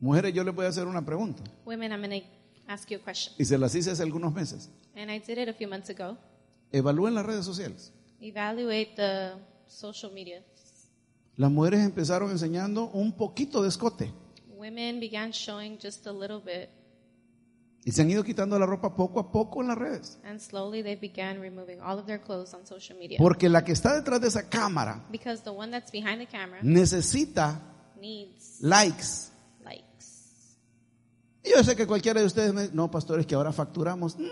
Mujeres, yo les voy a hacer una pregunta. Women, I'm going to ask you a question. Y se las hice hace algunos meses. And I did it a few months ago. Evalúen las redes sociales. Evaluate the social media. Las mujeres empezaron enseñando un poquito de escote. Women began showing just a little bit Y se han ido quitando la ropa poco a poco en las redes. and slowly they began removing all of their clothes on social media. Porque la que está detrás de esa cámara Because the one that's behind the camera Mm. necesita needs likes. likes. Y Yo sé que cualquiera de ustedes me dice, no, pastores, que ahora facturamos. Mm,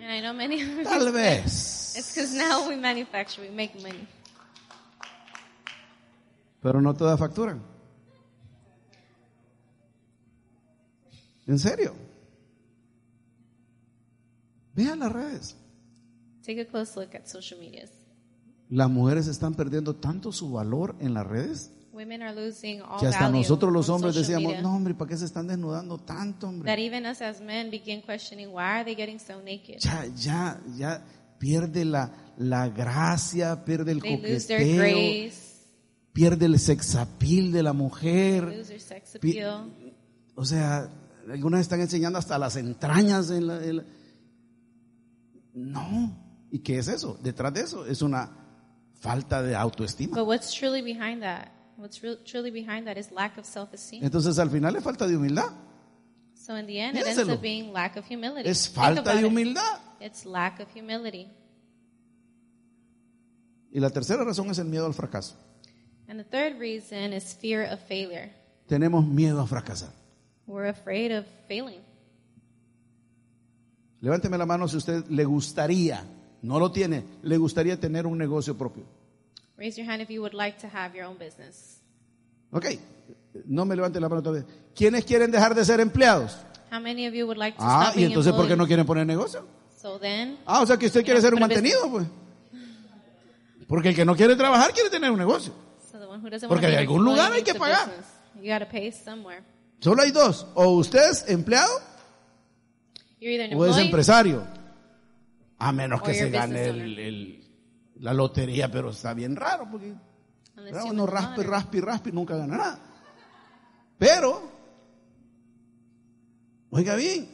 And I know many of you tal vez. It's because now we manufacture, we make money. Pero no todas facturan. ¿En serio? Vean las redes. Take a close look at social medias. Las mujeres están perdiendo tanto su valor en las redes Women are losing all que hasta value nosotros los on hombres Oh, social decíamos, media. no hombre, ¿para qué se están desnudando tanto, That hombre? even us as men begin questioning, why are they getting so naked? Ya, ya, ya pierde la, la gracia, pierde el They lose their coqueteo, grace, pierde el sexapil de la mujer. lose their sex Pi- appeal. O sea, algunas están enseñando hasta las entrañas en la, en la- No. ¿Y qué es eso? Detrás de eso es una falta de autoestima. But what's truly behind that? What's real, truly behind that is lack of self-esteem. Entonces al final es falta de humildad. So in the end, it ends Piénselo. up being lack of humility. Es Think falta about de it. humildad. It's lack of humility. Y la tercera razón es el miedo al fracaso. And the third reason is fear of failure. Tenemos miedo a fracasar. We're afraid of failing. Levánteme la mano si usted le gustaría, no lo tiene, le gustaría tener un negocio propio. Raise your hand if you would like to have your own business. Ok, no me levante la mano todavía. ¿Quiénes quieren dejar de ser empleados? How many of you would like to Ah, stop y being entonces ¿por qué no employed? quieren poner negocio? So then, Ah, o sea que usted quiere ser un Pero- mantenido, pues. Porque el que no quiere trabajar quiere tener un negocio. so the one who doesn't Porque want de to algún lugar hay que pagar. You got to pay somewhere. Solo hay dos, o usted es empleado You're either an o es employee empresario. A menos que Or se your business gane el, owner. el- la lotería, pero está bien raro porque unless ¿verdad? you uno win the raspa y lottery. raspa y raspa y nunca gana nada. Pero, oiga bien,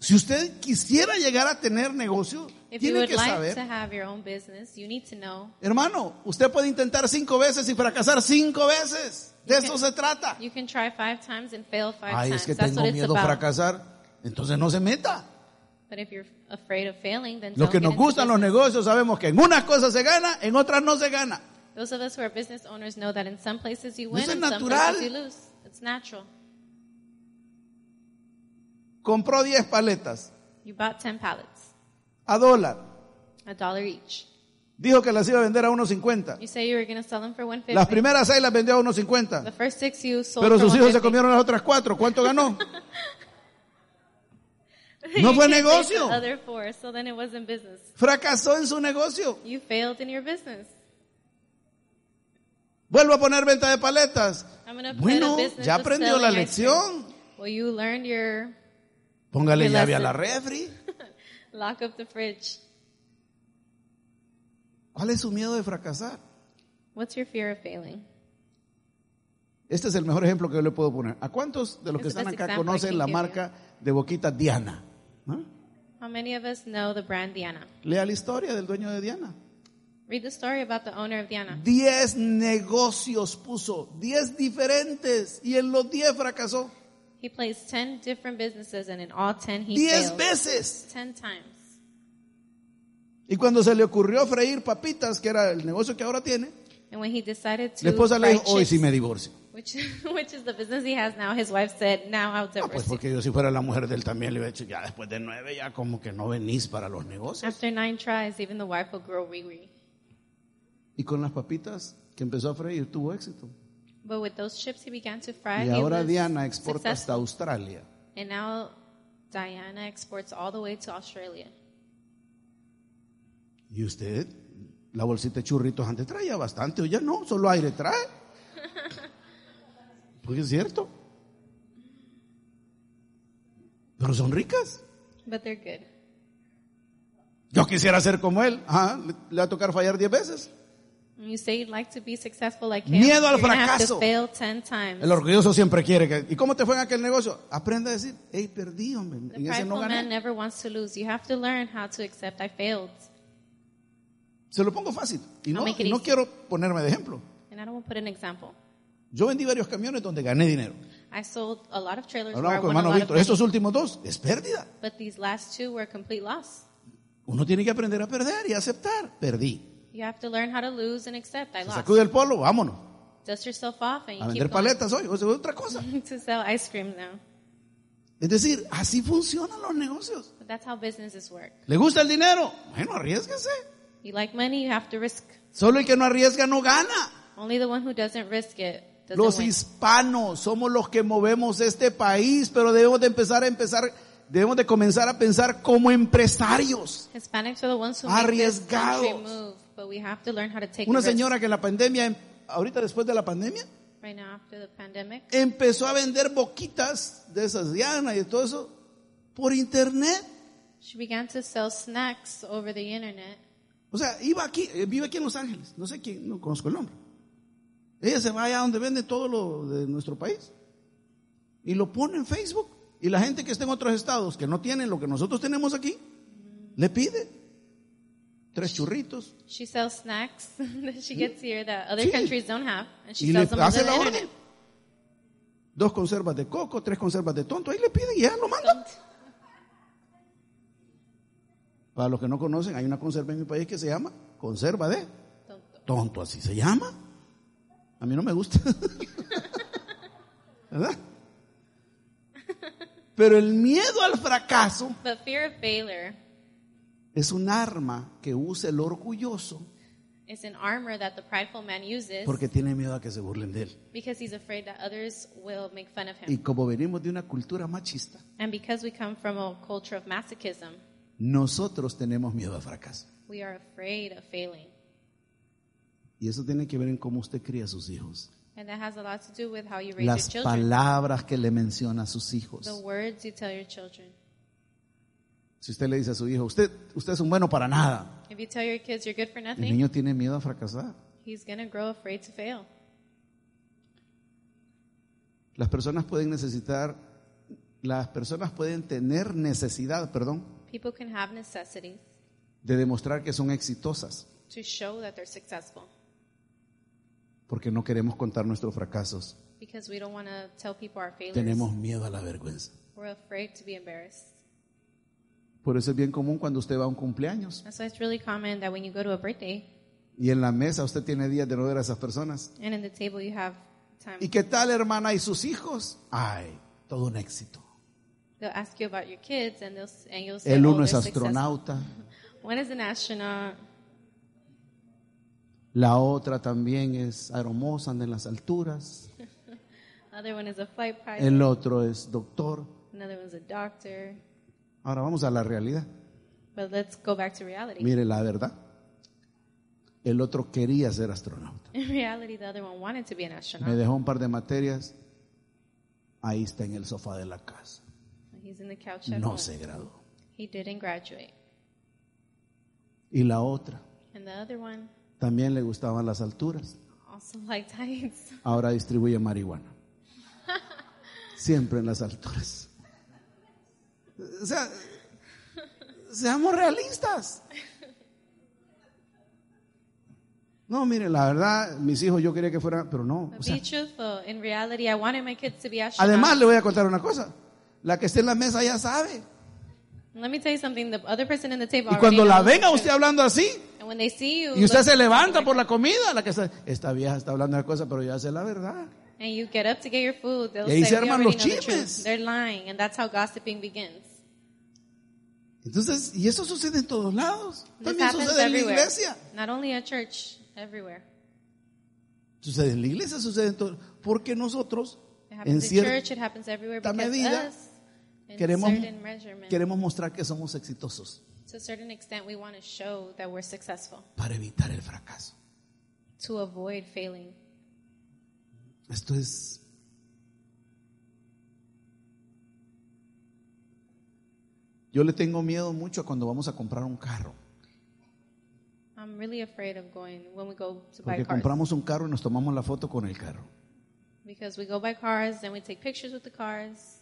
si usted quisiera llegar a tener negocio, If you tiene would que like saber to have your own business, you need to know. Hermano, usted puede intentar cinco veces y fracasar cinco veces. De You eso can- se trata. You can try five times and fail five Ay, times. es que That's tengo what it's miedo a about. fracasar. Entonces no se meta. But if you're afraid of failing, then Los don't que get nos into gustan los business. negocios sabemos que en unas cosas se gana, en otras no se gana. Those of us who are business owners know that in some places you win Eso es and some natural. places you lose. It's natural. Compró 10 paletas You bought 10 pallets, a dólar. a dollar each. Dijo que las iba a vender a 1.50. You say you were going to sell them for 150. Las primeras seis las vendió a the 1.50. first six you sold Pero for sus hijos se 150. comieron las otras cuatro. ¿Cuánto ganó? No You fue can't take negocio. the other four, so then it wasn't business. Fracasó en su negocio. You failed in your business. Vuelvo a poner venta de paletas. I'm gonna put Bueno, a business ya of aprendió la selling ice cream. lección. Well, you learned your Póngale Qué llave a la lesson. refri. lock up the fridge. ¿Cuál es su miedo de fracasar? What's your fear of failing? Este es el mejor ejemplo que yo le puedo poner. ¿A cuántos de los que It's the están best acá example I conocen can la give you. marca de boquita Diana? ¿Ah? How many of us know the brand Diana? Lea la historia del dueño de Diana. Read the story about the owner of Diana. Diez negocios puso, diez diferentes, y en los diez fracasó. He placed 10 different businesses and in all 10 he Diez failed. veces. 10 times. Y cuando se le ocurrió freír papitas, que era el negocio que ahora tiene, And when he decided to la esposa le fry dijo, hoy chips, sí me divorcio. which, which is the business he has now, his wife said, now I'll No, Ah, pues divorce you. porque yo si fuera la mujer de él también le hubiera dicho, ya después de nueve ya como que no venís para los negocios. After nine tries, even the wife will grow weary. Y con las papitas que empezó a freír tuvo éxito. But with those chips he began to fry, Y pues, he ahora was Diana exporta hasta successful. Australia. And now Diana exports all the way to Australia. Y usted, la bolsita de churritos antes traía bastante, o ya no, solo aire trae. Porque es cierto. Pero son ricas. But they're good. Yo quisiera ser como él. Ajá, le, le va a tocar fallar 10 veces. And you say you'd like to be successful like him. Miedo al you're gonna have fracaso. to fail 10 times. El orgulloso siempre quiere que... ¿Y cómo te fue en aquel negocio? Aprende a decir, hey, perdí, hombre. The En ese no prideful man gané. never wants to lose. You have to learn how to accept I failed. Se lo pongo fácil. Y no, make it y no easy. quiero ponerme de ejemplo. And I don't want to put an example. Yo vendí varios camiones donde gané dinero. I sold a lot of trailers where I Hablamos con won a hermano lot of Víctor. money, Estos últimos dos es pérdida. but these last two were a complete loss. Uno tiene que aprender a perder y aceptar. Perdí. You have to learn how to lose and accept I Se lost. sacude el polo, vámonos. Dust yourself off and A you keep vender paletas hoy, o sea, otra cosa. going to sell ice cream now. Es decir, así funcionan los negocios. But that's how businesses work. ¿Le gusta el dinero? Bueno, arriesguese. You like money, you have to risk. Solo el que no arriesga no gana. Only the one who doesn't risk it doesn't Los win. hispanos somos los que movemos este país, pero debemos de empezar a empezar, debemos de comenzar a pensar como empresarios. Hispanics are the ones who make this country Arriesgados. move, but we have to learn how to take Una the risk. señora que en la pandemia, em- ahorita después de la pandemia, Right now, after the pandemic, empezó a vender boquitas de esas Diana y de todo eso por internet. she began to sell snacks over the internet. O sea, iba aquí, eh, vive aquí en Los Ángeles, no sé quién, no conozco el nombre. Ella se va allá donde vende todo lo de nuestro país y lo pone en Facebook. Y la gente que está en otros estados que no tienen lo que nosotros tenemos aquí, le pide tres churritos She sells snacks that she gets here that other Sí. countries don't have, and she y le sells them over hace the la internet. orden. Dos conservas de coco, tres conservas de tonto, ahí le piden y ya lo mandan. Para los que no conocen, hay una conserva en mi país que se llama conserva de Tonto. tonto, así se llama. A mí no me gusta. ¿Verdad? Pero el miedo al fracaso But fear of failure es un arma que usa el orgulloso is an armor that the prideful man uses porque tiene miedo a que se burlen de él. because he's afraid that others will make fun of Y him. como venimos de una cultura machista, And because we come from a culture of masochism, nosotros tenemos miedo al fracaso. we are afraid of failing. Y eso tiene que ver en cómo usted cría a sus hijos. And that has a lot to do with how you raise Las your children, palabras que le menciona a sus the hijos. words you tell your children. Si usted le dice a su hijo, usted, usted es un bueno para nada, If you tell your kids you're good for el nothing, niño tiene miedo a fracasar. he's going to grow afraid to fail. Las personas pueden necesitar, las personas pueden tener necesidad, perdón, People can have necessities de demostrar que son exitosas, to show that they're successful porque no queremos contar nuestros fracasos. because we don't want to tell people our failures. Tenemos miedo a la vergüenza. We're afraid to be embarrassed. Por eso es bien común cuando usted va a un cumpleaños And so it's really common that when you go to a birthday y en la mesa usted tiene días de no ver a esas personas. and in the table you have time, ¿Y qué tal, hermana, y sus hijos? Ay, todo un éxito. they'll ask you about your kids and they'll s- and you'll say, El "Oh, uno es they're successful." astronauta, One is an astronaut. la otra también es aeromoza, anda en las alturas, Another one is a flight pilot. el otro es doctor. Another one's a doctor. Ahora vamos a la realidad. But let's go back to reality. Mire la verdad. El otro quería ser astronauta. In reality, the other one wanted to be an Me astronaut. dejó un par de materias. Ahí está en el sofá de la casa. He's in the couch at No home. se graduó. He didn't graduate. Y la otra, And the other one también le gustaban las alturas. also liked heights. Ahora distribuye marihuana. Siempre en las alturas. O sea, seamos realistas. No, mire, la verdad, mis hijos yo quería que fueran, pero no. But O sea, be truthful. In reality, I wanted my kids to be astronauts. Además, le voy a contar una cosa. La que esté en la mesa ya sabe. Let me tell you something. The other person in the table Y already cuando la knows venga the usted truth. hablando así, And when they see you, y usted look- se levanta por la comida, la que está, esta vieja está hablando de cosas, pero ya sé la verdad. and you get up to get your food, they'll Y ahí se say, "We arman already los know the chismes." truth. They're lying, and that's how gossiping begins. Entonces, y eso sucede en todos lados. This También happens sucede en la everywhere. iglesia. Not only at church, everywhere. Sucede en la iglesia, sucede en todo. Porque nosotros, It en happens in cierto, church, it happens everywhere cierta because medida, us, in queremos, certain measurement, queremos mostrar que somos exitosos to a certain extent, we want to show that we're successful para evitar el fracaso. to avoid failing. Esto es. Yo le tengo miedo mucho a cuando vamos a comprar un carro. I'm really afraid of going when we go to buy Porque cars compramos un carro y nos tomamos la foto con el carro. because we go buy cars, then we take pictures with the cars,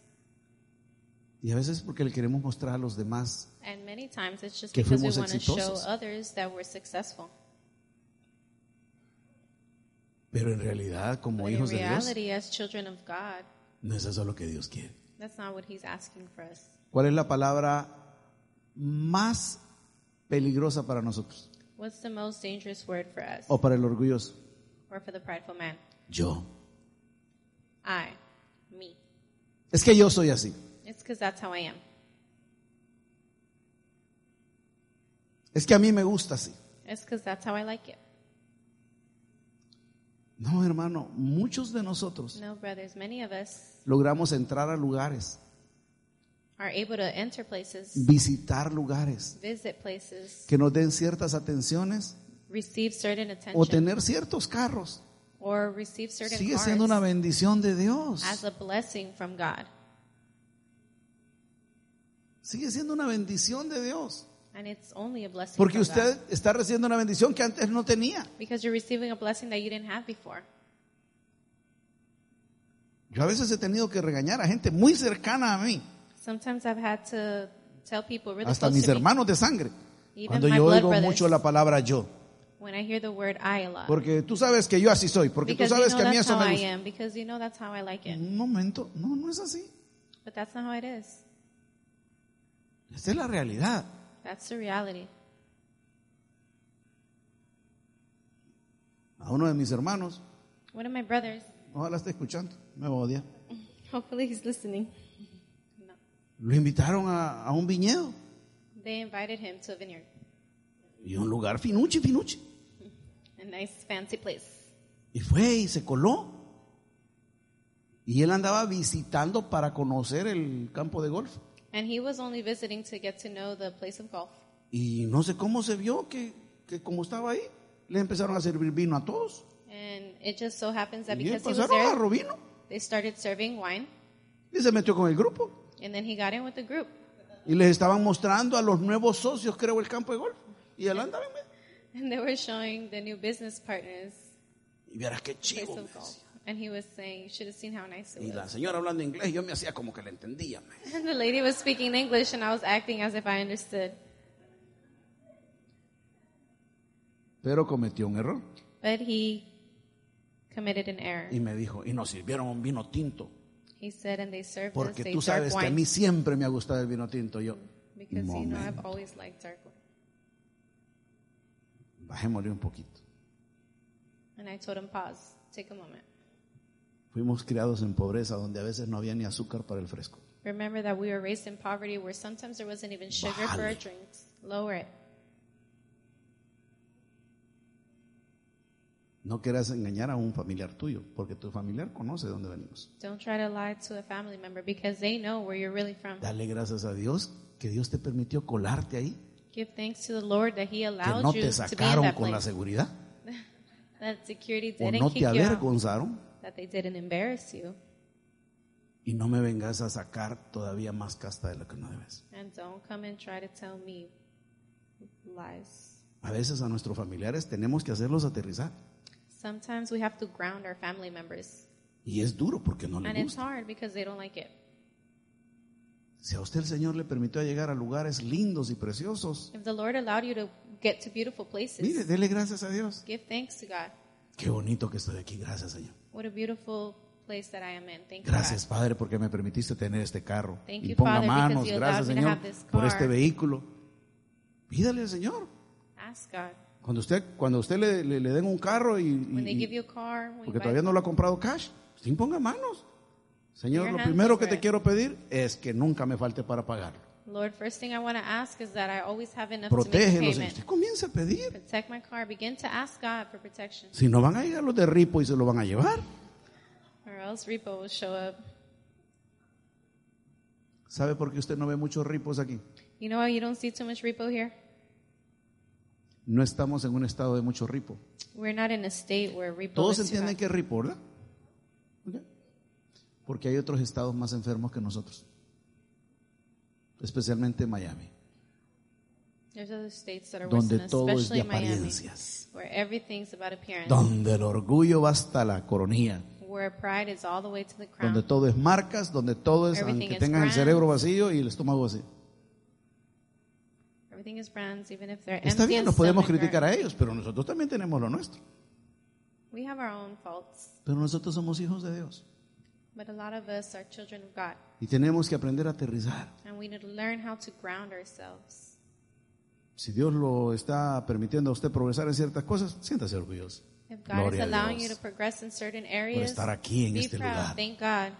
Y a veces porque le queremos mostrar a los demás and many times it's just Que because we fuimos want to show exitosos. others that we're successful. Pero en realidad, como But in hijos de Dios, reality, as children of God, no es eso lo que Dios quiere. that's not what He's asking for us. ¿Cuál es la palabra más peligrosa para nosotros? What's the most dangerous word for us O para el orgulloso. or for the prideful man? Yo. I, me. Es que yo soy así. It's because that's how I am. Es que a mí me gusta así. It's because that's how I like it. No, hermano, muchos de nosotros No, brothers, many of us logramos entrar a lugares, are able to enter places, visitar lugares, visit places, que nos den ciertas atenciones receive certain o attention, tener ciertos carros. or receive certain Sigue cars siendo una bendición de Dios. as a blessing from God. Sigue siendo una bendición de Dios. And it's only a blessing Porque from God. usted está recibiendo una bendición que antes no tenía. Because you're receiving a blessing that you didn't have before. Yo a veces he tenido que regañar a gente muy cercana a mí, Sometimes I've had to tell people really hasta close mis to me, hermanos de sangre. Even Cuando my yo blood oigo brothers. mucho la palabra yo, when I hear the word I a lot. porque tú sabes que yo así soy, porque tú because you sabes know que a mí that's eso how me I gusta. am. Because you know that's how I like it. Un momento, no, no es así. But that's not how it is. Esta es la realidad. That's the reality. A uno de mis hermanos, One of my brothers, ojalá esté escuchando, me odia. hopefully he's listening. No. Lo invitaron a, a un viñedo They invited him to a vineyard, y un lugar finuche, finuche. a nice fancy place. Y fue y se coló. Y él andaba visitando para conocer el campo de golf. And he was only visiting to get to know the place of golf. Y no sé cómo se vio que, que como estaba ahí, le empezaron a servir vino a todos. And it just so happens that Y because he was empezaron a there, agarrar vino. they started serving wine, Y se metió con el grupo. and then he got in with the group. Y les estaban mostrando a los nuevos socios, creo, el campo de golf. Y él andaba en medio. And they were showing the new business partners Y vieras qué the place chivo. me of golf. decía. And he was saying, you should have seen how nice it Y la was. señora hablando inglés, y yo me hacía como que le entendía. me. And the lady was speaking English, and I was acting as if I understood. Pero cometió un error. But he committed an error. Y me dijo, y nos sirvieron un vino tinto. He said, and they served us Porque a tú sabes dark que a wine. mí siempre me ha gustado el vino tinto. Yo, because you know I've momento, always liked dark wine. bajémosle un poquito. And I told him, pause, take a moment. Fuimos criados en pobreza donde a veces no había ni azúcar para el fresco. Remember that we were raised in poverty where sometimes there wasn't even sugar for our Bájale. drinks. Lower it. No quieras engañar a un familiar tuyo, porque tu familiar conoce de dónde venimos. Don't try to lie to a family member because they know where you're really from. Dale gracias a Dios que Dios te permitió colarte ahí, Give thanks to the Lord that He que allowed no te you to be in sacaron that con la place. seguridad, That security o didn't no kick te you out. avergonzaron, That they didn't embarrass you. y no me vengas a sacar todavía más casta de lo que no debes. And don't come and try to tell me lies. A veces a nuestros familiares tenemos que hacerlos aterrizar, Sometimes we have to ground our family members. y es duro porque no And les it's gusta. hard because they don't like it. Si a usted el Señor le permitió llegar a lugares lindos y preciosos, If the Lord allowed you to get to beautiful mire, places, dele gracias a Dios. give thanks to God. Qué bonito que estoy aquí, gracias Señor. What a beautiful place that I am in. Thank you, Gracias, God. Padre, porque me permitiste tener este carro. Thank y you, ponga Father, because manos, you allowed gracias, me to Señor, have this por car. este vehículo. Pídale al Señor. Ask God. Cuando usted, cuando usted le, le- le den un carro y, y- When they y- give you a car, when you porque buy todavía no lo ha comprado cash, usted ponga manos. Señor, Your lo hands primero over que te it. quiero pedir es que nunca me falte para pagarlo. Lord, first thing I want to ask is that I always have enough to make a Protégelo. Señor. payment. Usted comienza a pedir. Protect my car. Begin to ask God for protection, Si no van a llegar los de Ripo y se lo van a llevar. or else repo will show up. ¿Sabe por qué usted no ve muchos Ripos aquí? You know why you don't see too much repo here? No estamos en un estado de mucho Ripo. We're not in a state where repo Todos is too high. entienden que es ripo, ¿verdad? Ok. Porque hay otros estados más enfermos que nosotros. Especialmente Miami, There's other states that are worse than donde us, todo es de especially Miami, apariencias, where everything's about appearance, donde el orgullo va hasta la coronilla, where pride is all the way to the crown. donde todo es marcas, donde todo es, Ah. Everything aunque is tengan el brands. cerebro vacío y el estómago vacío. Everything is brands, even if they're Está empty bien, and nos podemos stomach are- criticar a ellos, pero nosotros también tenemos lo nuestro. We have our own faults, Pero nosotros somos hijos de Dios but a lot of us are children of God, y tenemos que aprender a aterrizar. and we need to learn how to ground ourselves. Si Dios lo está permitiendo a usted progresar en ciertas cosas, siéntase orgulloso. If God Gloria is allowing a you Dios. to progress in certain areas, estar aquí en be este proud. lugar. Thank God.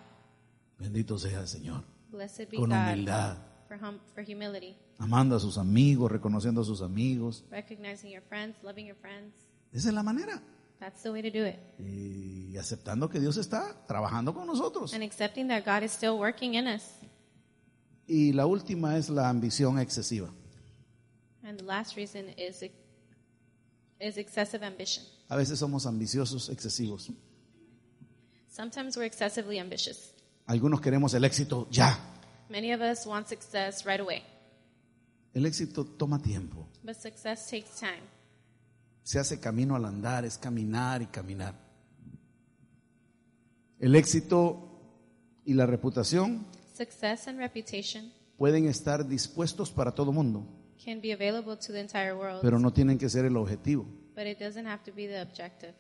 Bendito sea el Señor. Blessed be Con God humildad. for, hum- for humility, Amando a sus amigos, reconociendo a sus amigos. recognizing your friends, loving your friends. Esa es la manera. That's the way to do it. Y aceptando que Dios está trabajando con nosotros. And accepting that God is still working in us. Y la última es la ambición excesiva. And the last reason is is excessive ambition. A veces somos ambiciosos excesivos. Sometimes we're excessively ambitious. Algunos queremos el éxito ya. Many of us want success right away, El éxito toma tiempo. but success takes time. Se hace camino al andar, es caminar y caminar. El éxito y la reputación Success and reputation pueden estar dispuestos para todo mundo, can be available to the entire world, pero no tienen que ser el objetivo. but it doesn't have to be the objective.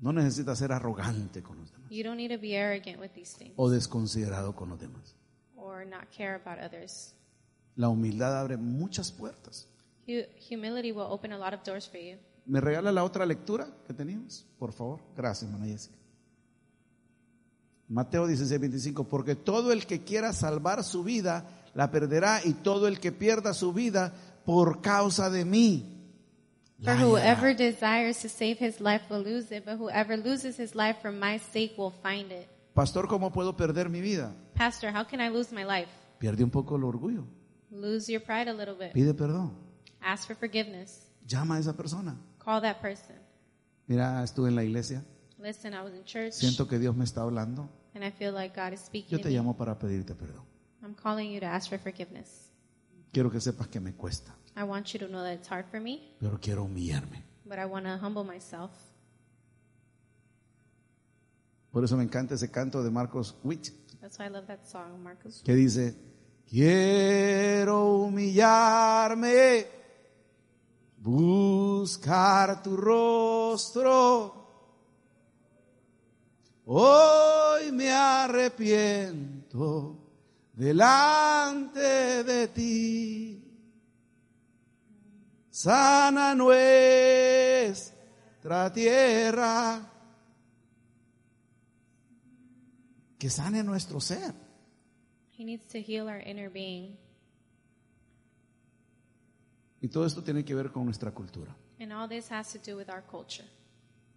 No necesita ser arrogante con los demás You don't need to be arrogant with these things o desconsiderado con los demás. or not care about others. La humildad abre muchas puertas. Hu- Humility will open a lot of doors for you. ¿Me regala la otra lectura que teníamos? Por favor. Gracias, Mana Jessica. Mateo 16, 25. Porque todo el que quiera salvar su vida la perderá y todo el que pierda su vida por causa de mí. For la whoever hallará. desires to save his life will lose it, but whoever loses his life for my sake will find it. Pastor, ¿cómo puedo perder mi vida? Pastor, how can I lose my life? Pierde un poco el orgullo. Lose your pride a little bit. Pide perdón. Ask for forgiveness. Llama a esa persona. Call that person. Mira, estuve en la iglesia. Listen, I was in church Siento que Dios me está hablando. and I feel like God is Yo speaking. te To me. llamo para pedirte perdón. I'm calling you to ask for forgiveness. Quiero que sepas que me cuesta, I want you to know that it's hard for me, pero quiero humillarme. but I want to humble myself. Por eso me encanta ese canto de Marcos Witt, That's why I love that song, Marcus. que dice, quiero humillarme, buscar tu rostro. Hoy me arrepiento delante de ti. Sana nuestra tierra. Que sane nuestro ser. He needs to heal our inner being. Y todo esto tiene que ver con nuestra cultura. And all this has to do with our culture,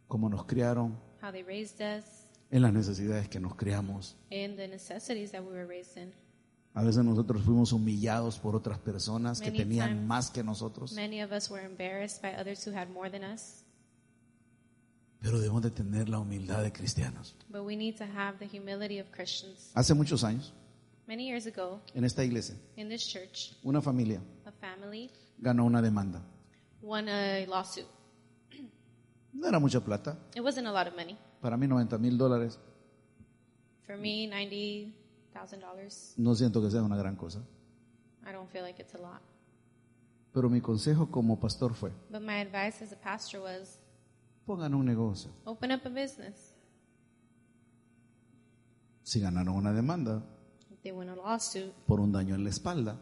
Cómo nos criaron, how they raised us, en las necesidades que nos criamos. and the necessities that we were raised in. A veces nosotros fuimos humillados por otras personas que Many tenían times. más que nosotros. Many of us were embarrassed by others who had more than us, Pero debemos de tener la humildad de cristianos. but we need to have the humility of Christians. Hace muchos años, Many years ago, en esta iglesia, in this church, una familia a family ganó una demanda. won a lawsuit. No era mucha plata, It wasn't a lot of money. para mí 90 mil dólares, For me, $90,000. no siento que sea una gran cosa. I don't feel like it's a lot. Pero mi consejo como pastor fue, But my advice as a pastor was pongan un negocio. open up a business. Si ganaron una demanda They won a lawsuit por un daño en la espalda,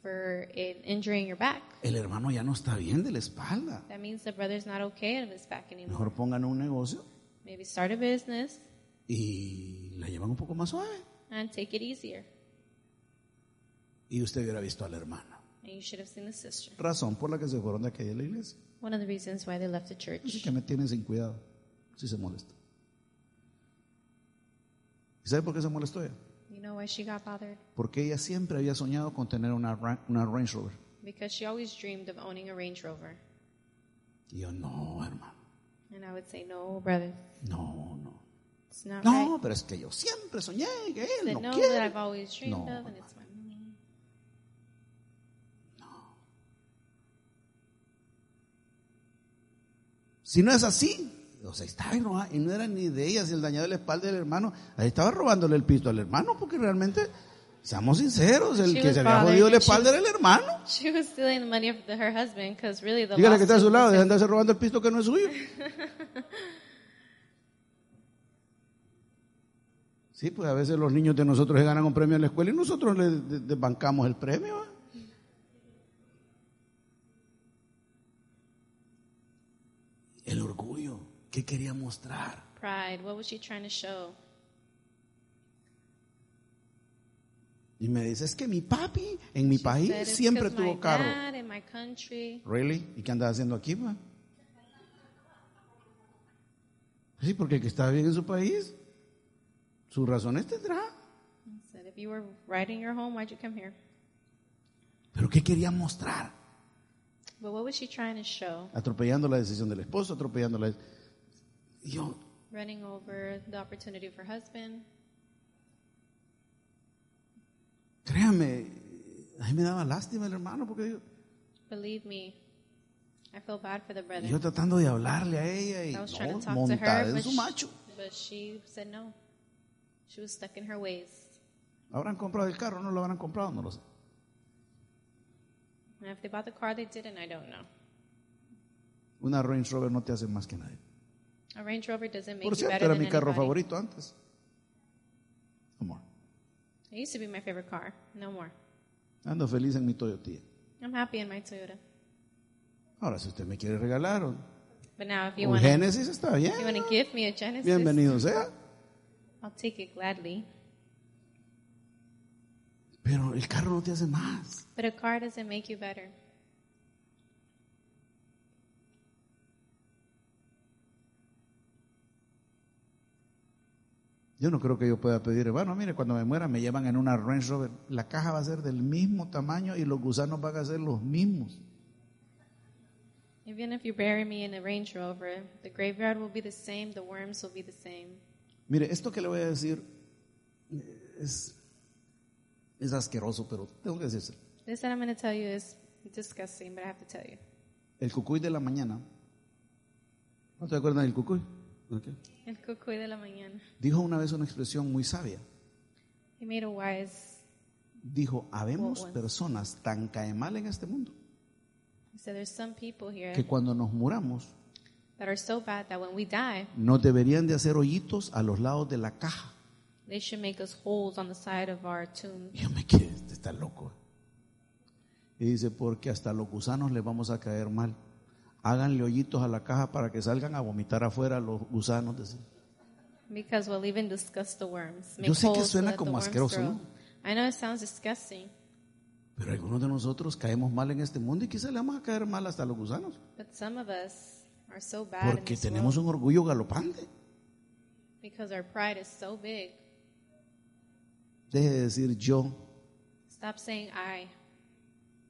for it injuring your back. el hermano ya no está bien de la espalda. That means the brother's not okay in his back anymore. Mejor pongan un negocio Maybe start a business y la llevan un poco más suave. and take it easier. Y usted hubiera visto a la hermana. And you should have seen the sister. Razón por la que se fueron de aquella la iglesia. One of the reasons why they left the Así church. que me tienen sin cuidado, si se molesta. ¿Y sabe por qué se molestó ella? You know why she got bothered? Porque ella siempre había soñado con tener una, Ra- una Range Rover. Because she always dreamed of owning a Range Rover. Y yo, no, hermano, And I would say, no, brother, no, no. it's not right. No, pero es que yo siempre soñé que él that no know that quiere. I've always dreamed No, of, and no, it's my money. Si no es así, o sea, estaba enojada y no era ni de ella, si el dañado de la espalda del hermano, ahí estaba robándole el pito al hermano, porque realmente, seamos sinceros, el She que was se había bothered jodido la and she espalda was- era el hermano. She was stealing the money of the, her husband because really the Dígale que está a lawsuit su lado, was deja de andarse robando el pisto que no es suyo. Sí, pues a veces los niños de nosotros se ganan un premio en la escuela y nosotros le de- desbancamos el premio. ¿eh? ¿va? El orgullo, ¿qué quería mostrar? pride. What was she trying to show? Y me dice, es que mi papi en mi país That it's siempre 'cause my tuvo carro. dad in my country. ¿Really? ¿Y qué andas haciendo aquí, pa? Sí, porque el que está bien en su país, sus razones tendrá. I said, if you were right in your home, why'd you come here? Pero ¿qué quería mostrar? But what was she trying to show? Atropellando la decisión del esposo, atropellando la... Y Yo, Running over the opportunity for husband. créame, a mí me daba lástima el hermano, porque yo, Believe me, I feel bad for the brother. y yo tratando de hablarle a ella y I was trying to no, talk to montada her, en but su she, macho. but she said no. She was stuck in her ways. ¿Habrán comprado el carro? ¿No lo habrán comprado? No lo sé. And if they bought the car, they didn't. I don't know. Una Range Rover no te hace más que nadie. A Range Rover doesn't make Por you cierto, better era than mi carro anybody. favorito antes. Amor, It used to be my favorite car. No more. ando feliz en mi Toyotilla. I'm happy in my Toyota. Ahora, si usted me quiere regalar un, But now, if you un want to, Génesis, está bien. you want to give me a Genesis, Bienvenido sea. I'll take it gladly. Pero el carro no te hace más. But a car doesn't make you better. Yo no creo que yo pueda pedir, bueno, mire, cuando me muera me llevan en una Range Rover. La caja va a ser del mismo tamaño y los gusanos van a ser los mismos. Even if you bury me in a Range Rover, the graveyard will be the same, the worms will be the same. Mire, esto que le voy a decir es, es asqueroso, pero tengo que decírselo. This that I'm going to tell you is disgusting, but I have to tell you. El cucuy de la mañana. ¿No te acuerdas del cucuy? Ok. El cucuy de la mañana. Dijo una vez una expresión muy sabia. He made a wise. Dijo, habemos What was? personas tan cae mal en este mundo He said, "There's some people here que cuando nos muramos that are so bad that when we die, nos deberían de hacer hoyitos a los lados de la caja. they should make us holes on the side of our tomb." Y yo me quedé, este está loco. Y dice, porque hasta los gusanos les vamos a caer mal. Háganle hoyitos a la caja para que salgan a vomitar afuera los gusanos. decía. Because we'll even discuss the worms. Yo sé que holes so suena that the como worms asqueroso, grow. ¿no? I know it sounds disgusting, Pero algunos de nosotros caemos mal en este mundo y quizás le vamos a caer mal hasta a los gusanos. but some of us are so bad in Porque this tenemos world un orgullo galopante. because our pride is so big. Deje de decir yo, Stop saying I.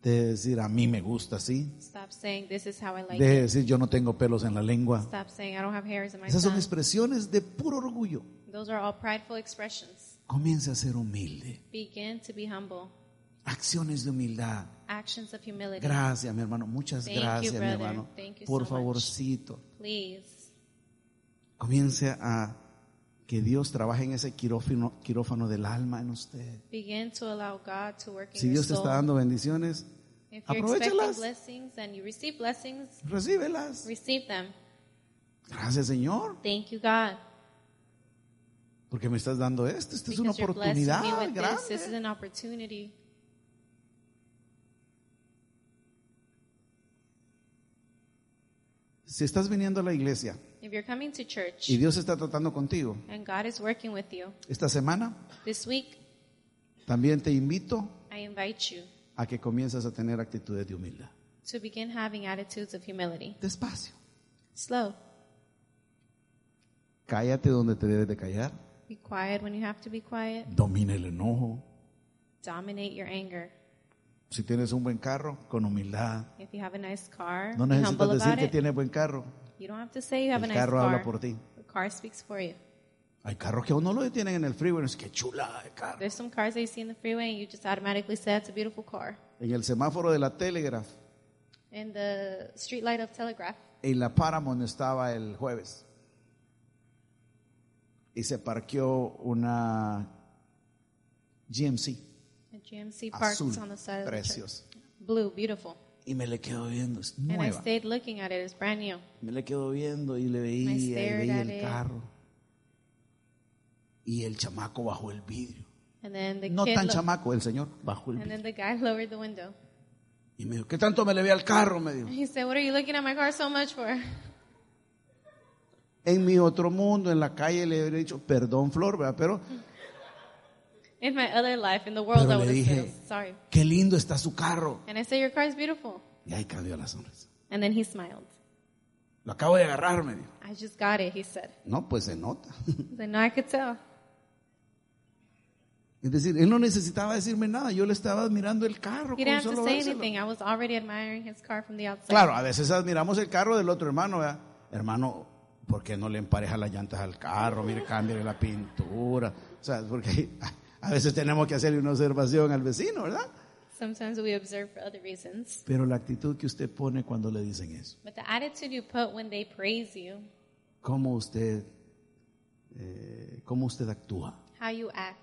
deje de decir a mí me gusta así, Stop saying this is how I like deje de decir yo no tengo pelos en la it. lengua. Stop saying I don't have hairs in my Esas son tongue. expresiones de puro orgullo. Those are all prideful expressions. Comience a ser humilde. Begin to be humble. Acciones de humildad. Actions of humility. Gracias, mi hermano. Muchas Thank you, gracias, mi brother. hermano. Thank you Por so much. favorcito. Please. Comience a que Dios trabaje en ese quirófano, quirófano del alma en usted. Begin to allow God to work in Si your Dios te soul. está dando bendiciones, if you're expecting aprovechalas, blessings and you receive blessings, recíbelas. receive them. Gracias, Señor, Thank you, God. porque me estás dando esto. Esta es una because you're blessing me oportunidad with this. This is grande. an opportunity. Si estás viniendo a la iglesia If you're coming to church y Dios está tratando contigo, and God is working with you, esta semana this week también te invito I invite you a que comiences a tener actitudes de humildad. to begin having attitudes of humility. Despacio. Slow. Cállate donde te debes de callar. Be quiet when you have to be quiet. Domina el enojo. Dominate your anger. Si tienes un buen carro, con humildad. If you have a nice car, No be humble necesitas decir about que it. tienes buen carro. You don't have to say you have a El nice carro car. habla por ti. The car speaks for you. Hay carros que a uno lo detienen en el freeway. Es que chula de carro. There's some cars that you see in the freeway and you just automatically say it's a beautiful car. En el semáforo de la Telegraph, In the street light of Telegraph, en la Paramount estaba el jueves. Y se parqueó una GMC a GMC parks azul. on the side of Preciosa. the truck. Blue, beautiful. Y me le quedo viendo. Es And I nueva. stayed looking at it. It's brand new. Me le quedo viendo y le veía I y stared veía at el it. carro. Y el chamaco bajó el vidrio. And then the No kid tan lo- chamaco, el señor bajó el And vidrio. then the guy lowered the window. Y me dijo, ¿qué tanto me le ve al carro? Me dijo. He said, "What are you looking at my car so much for?" En mi otro mundo, en la calle, le hubiera dicho, perdón, Flor, ¿verdad? Pero, In my other life, in the world, Pero le I would have said, dije- "Sorry." qué lindo está su carro. And I said, "Your car is beautiful." Y ahí cambió la sonrisa. And then he smiled. Lo acabo de agarrar, me dijo. I just got it. He said. No, pues se nota. He said, "No, I could tell." Es decir, él no necesitaba decirme nada. Yo le estaba admirando el carro. con He didn't have to solo say vérselo. anything. I was already admiring his car from the outside. Claro, a veces admiramos el carro del otro hermano, ¿verdad? Hermano, ¿por qué no le empareja las llantas al carro? Mire, cambia la pintura. O sea, porque a veces tenemos que hacerle una observación al vecino, ¿verdad? Sometimes we observe for other reasons. Pero la actitud que usted pone cuando le dicen eso, But the attitude you put when they praise you, cómo usted, eh, cómo usted actúa. how you act.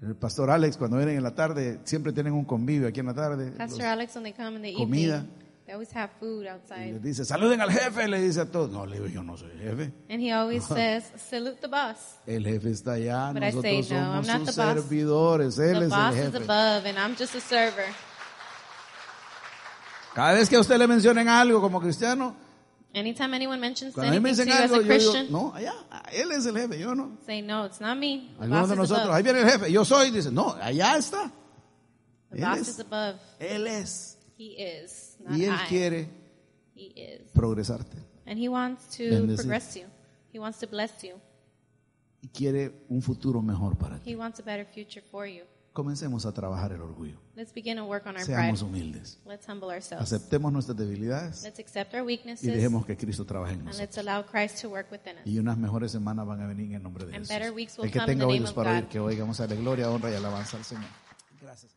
El pastor Alex, cuando vienen en la tarde, siempre tienen un convivio aquí en la tarde. Pastor Los- Alex, when they come in the comida. evening, they always have food y les outside. dice, saluden al jefe, le dice a todos. No, le digo, yo no soy jefe. And he always Uh-huh. says, salute the boss. El jefe está allá, But I nosotros say, no, I'm somos not sus the boss. servidores, él The es el boss is jefe. above and I'm just a server. Cada vez que a usted le mencionen algo como cristiano, Anytime anyone mentions Cuando a mí me anything to dicen you as algo, a yo digo, Christian, no, allá, él es el jefe, yo no. say no, it's not me. The Algunos boss de is nosotros, ahí above. viene el jefe, yo soy, dice, no, allá está. The Él boss es. is above. Él es. He is, not Y él I. quiere He is. progresarte. And he wants to Bendecir. progress you. He wants to bless you. Y quiere un futuro mejor para ti. He wants a better future for you. Comencemos a trabajar el orgullo. Let's begin to work on our pride. Seamos humildes. Let's humble ourselves. Aceptemos nuestras debilidades Let's accept our y weaknesses dejemos que Cristo trabaje en and nosotros. let's allow Christ to work within us. Y unas mejores semanas van a venir en el nombre de And Jesús. better weeks will El que come in tenga the name oídos of para oír, God. que oigamos a la gloria, honra y alabanza al Señor. Gracias.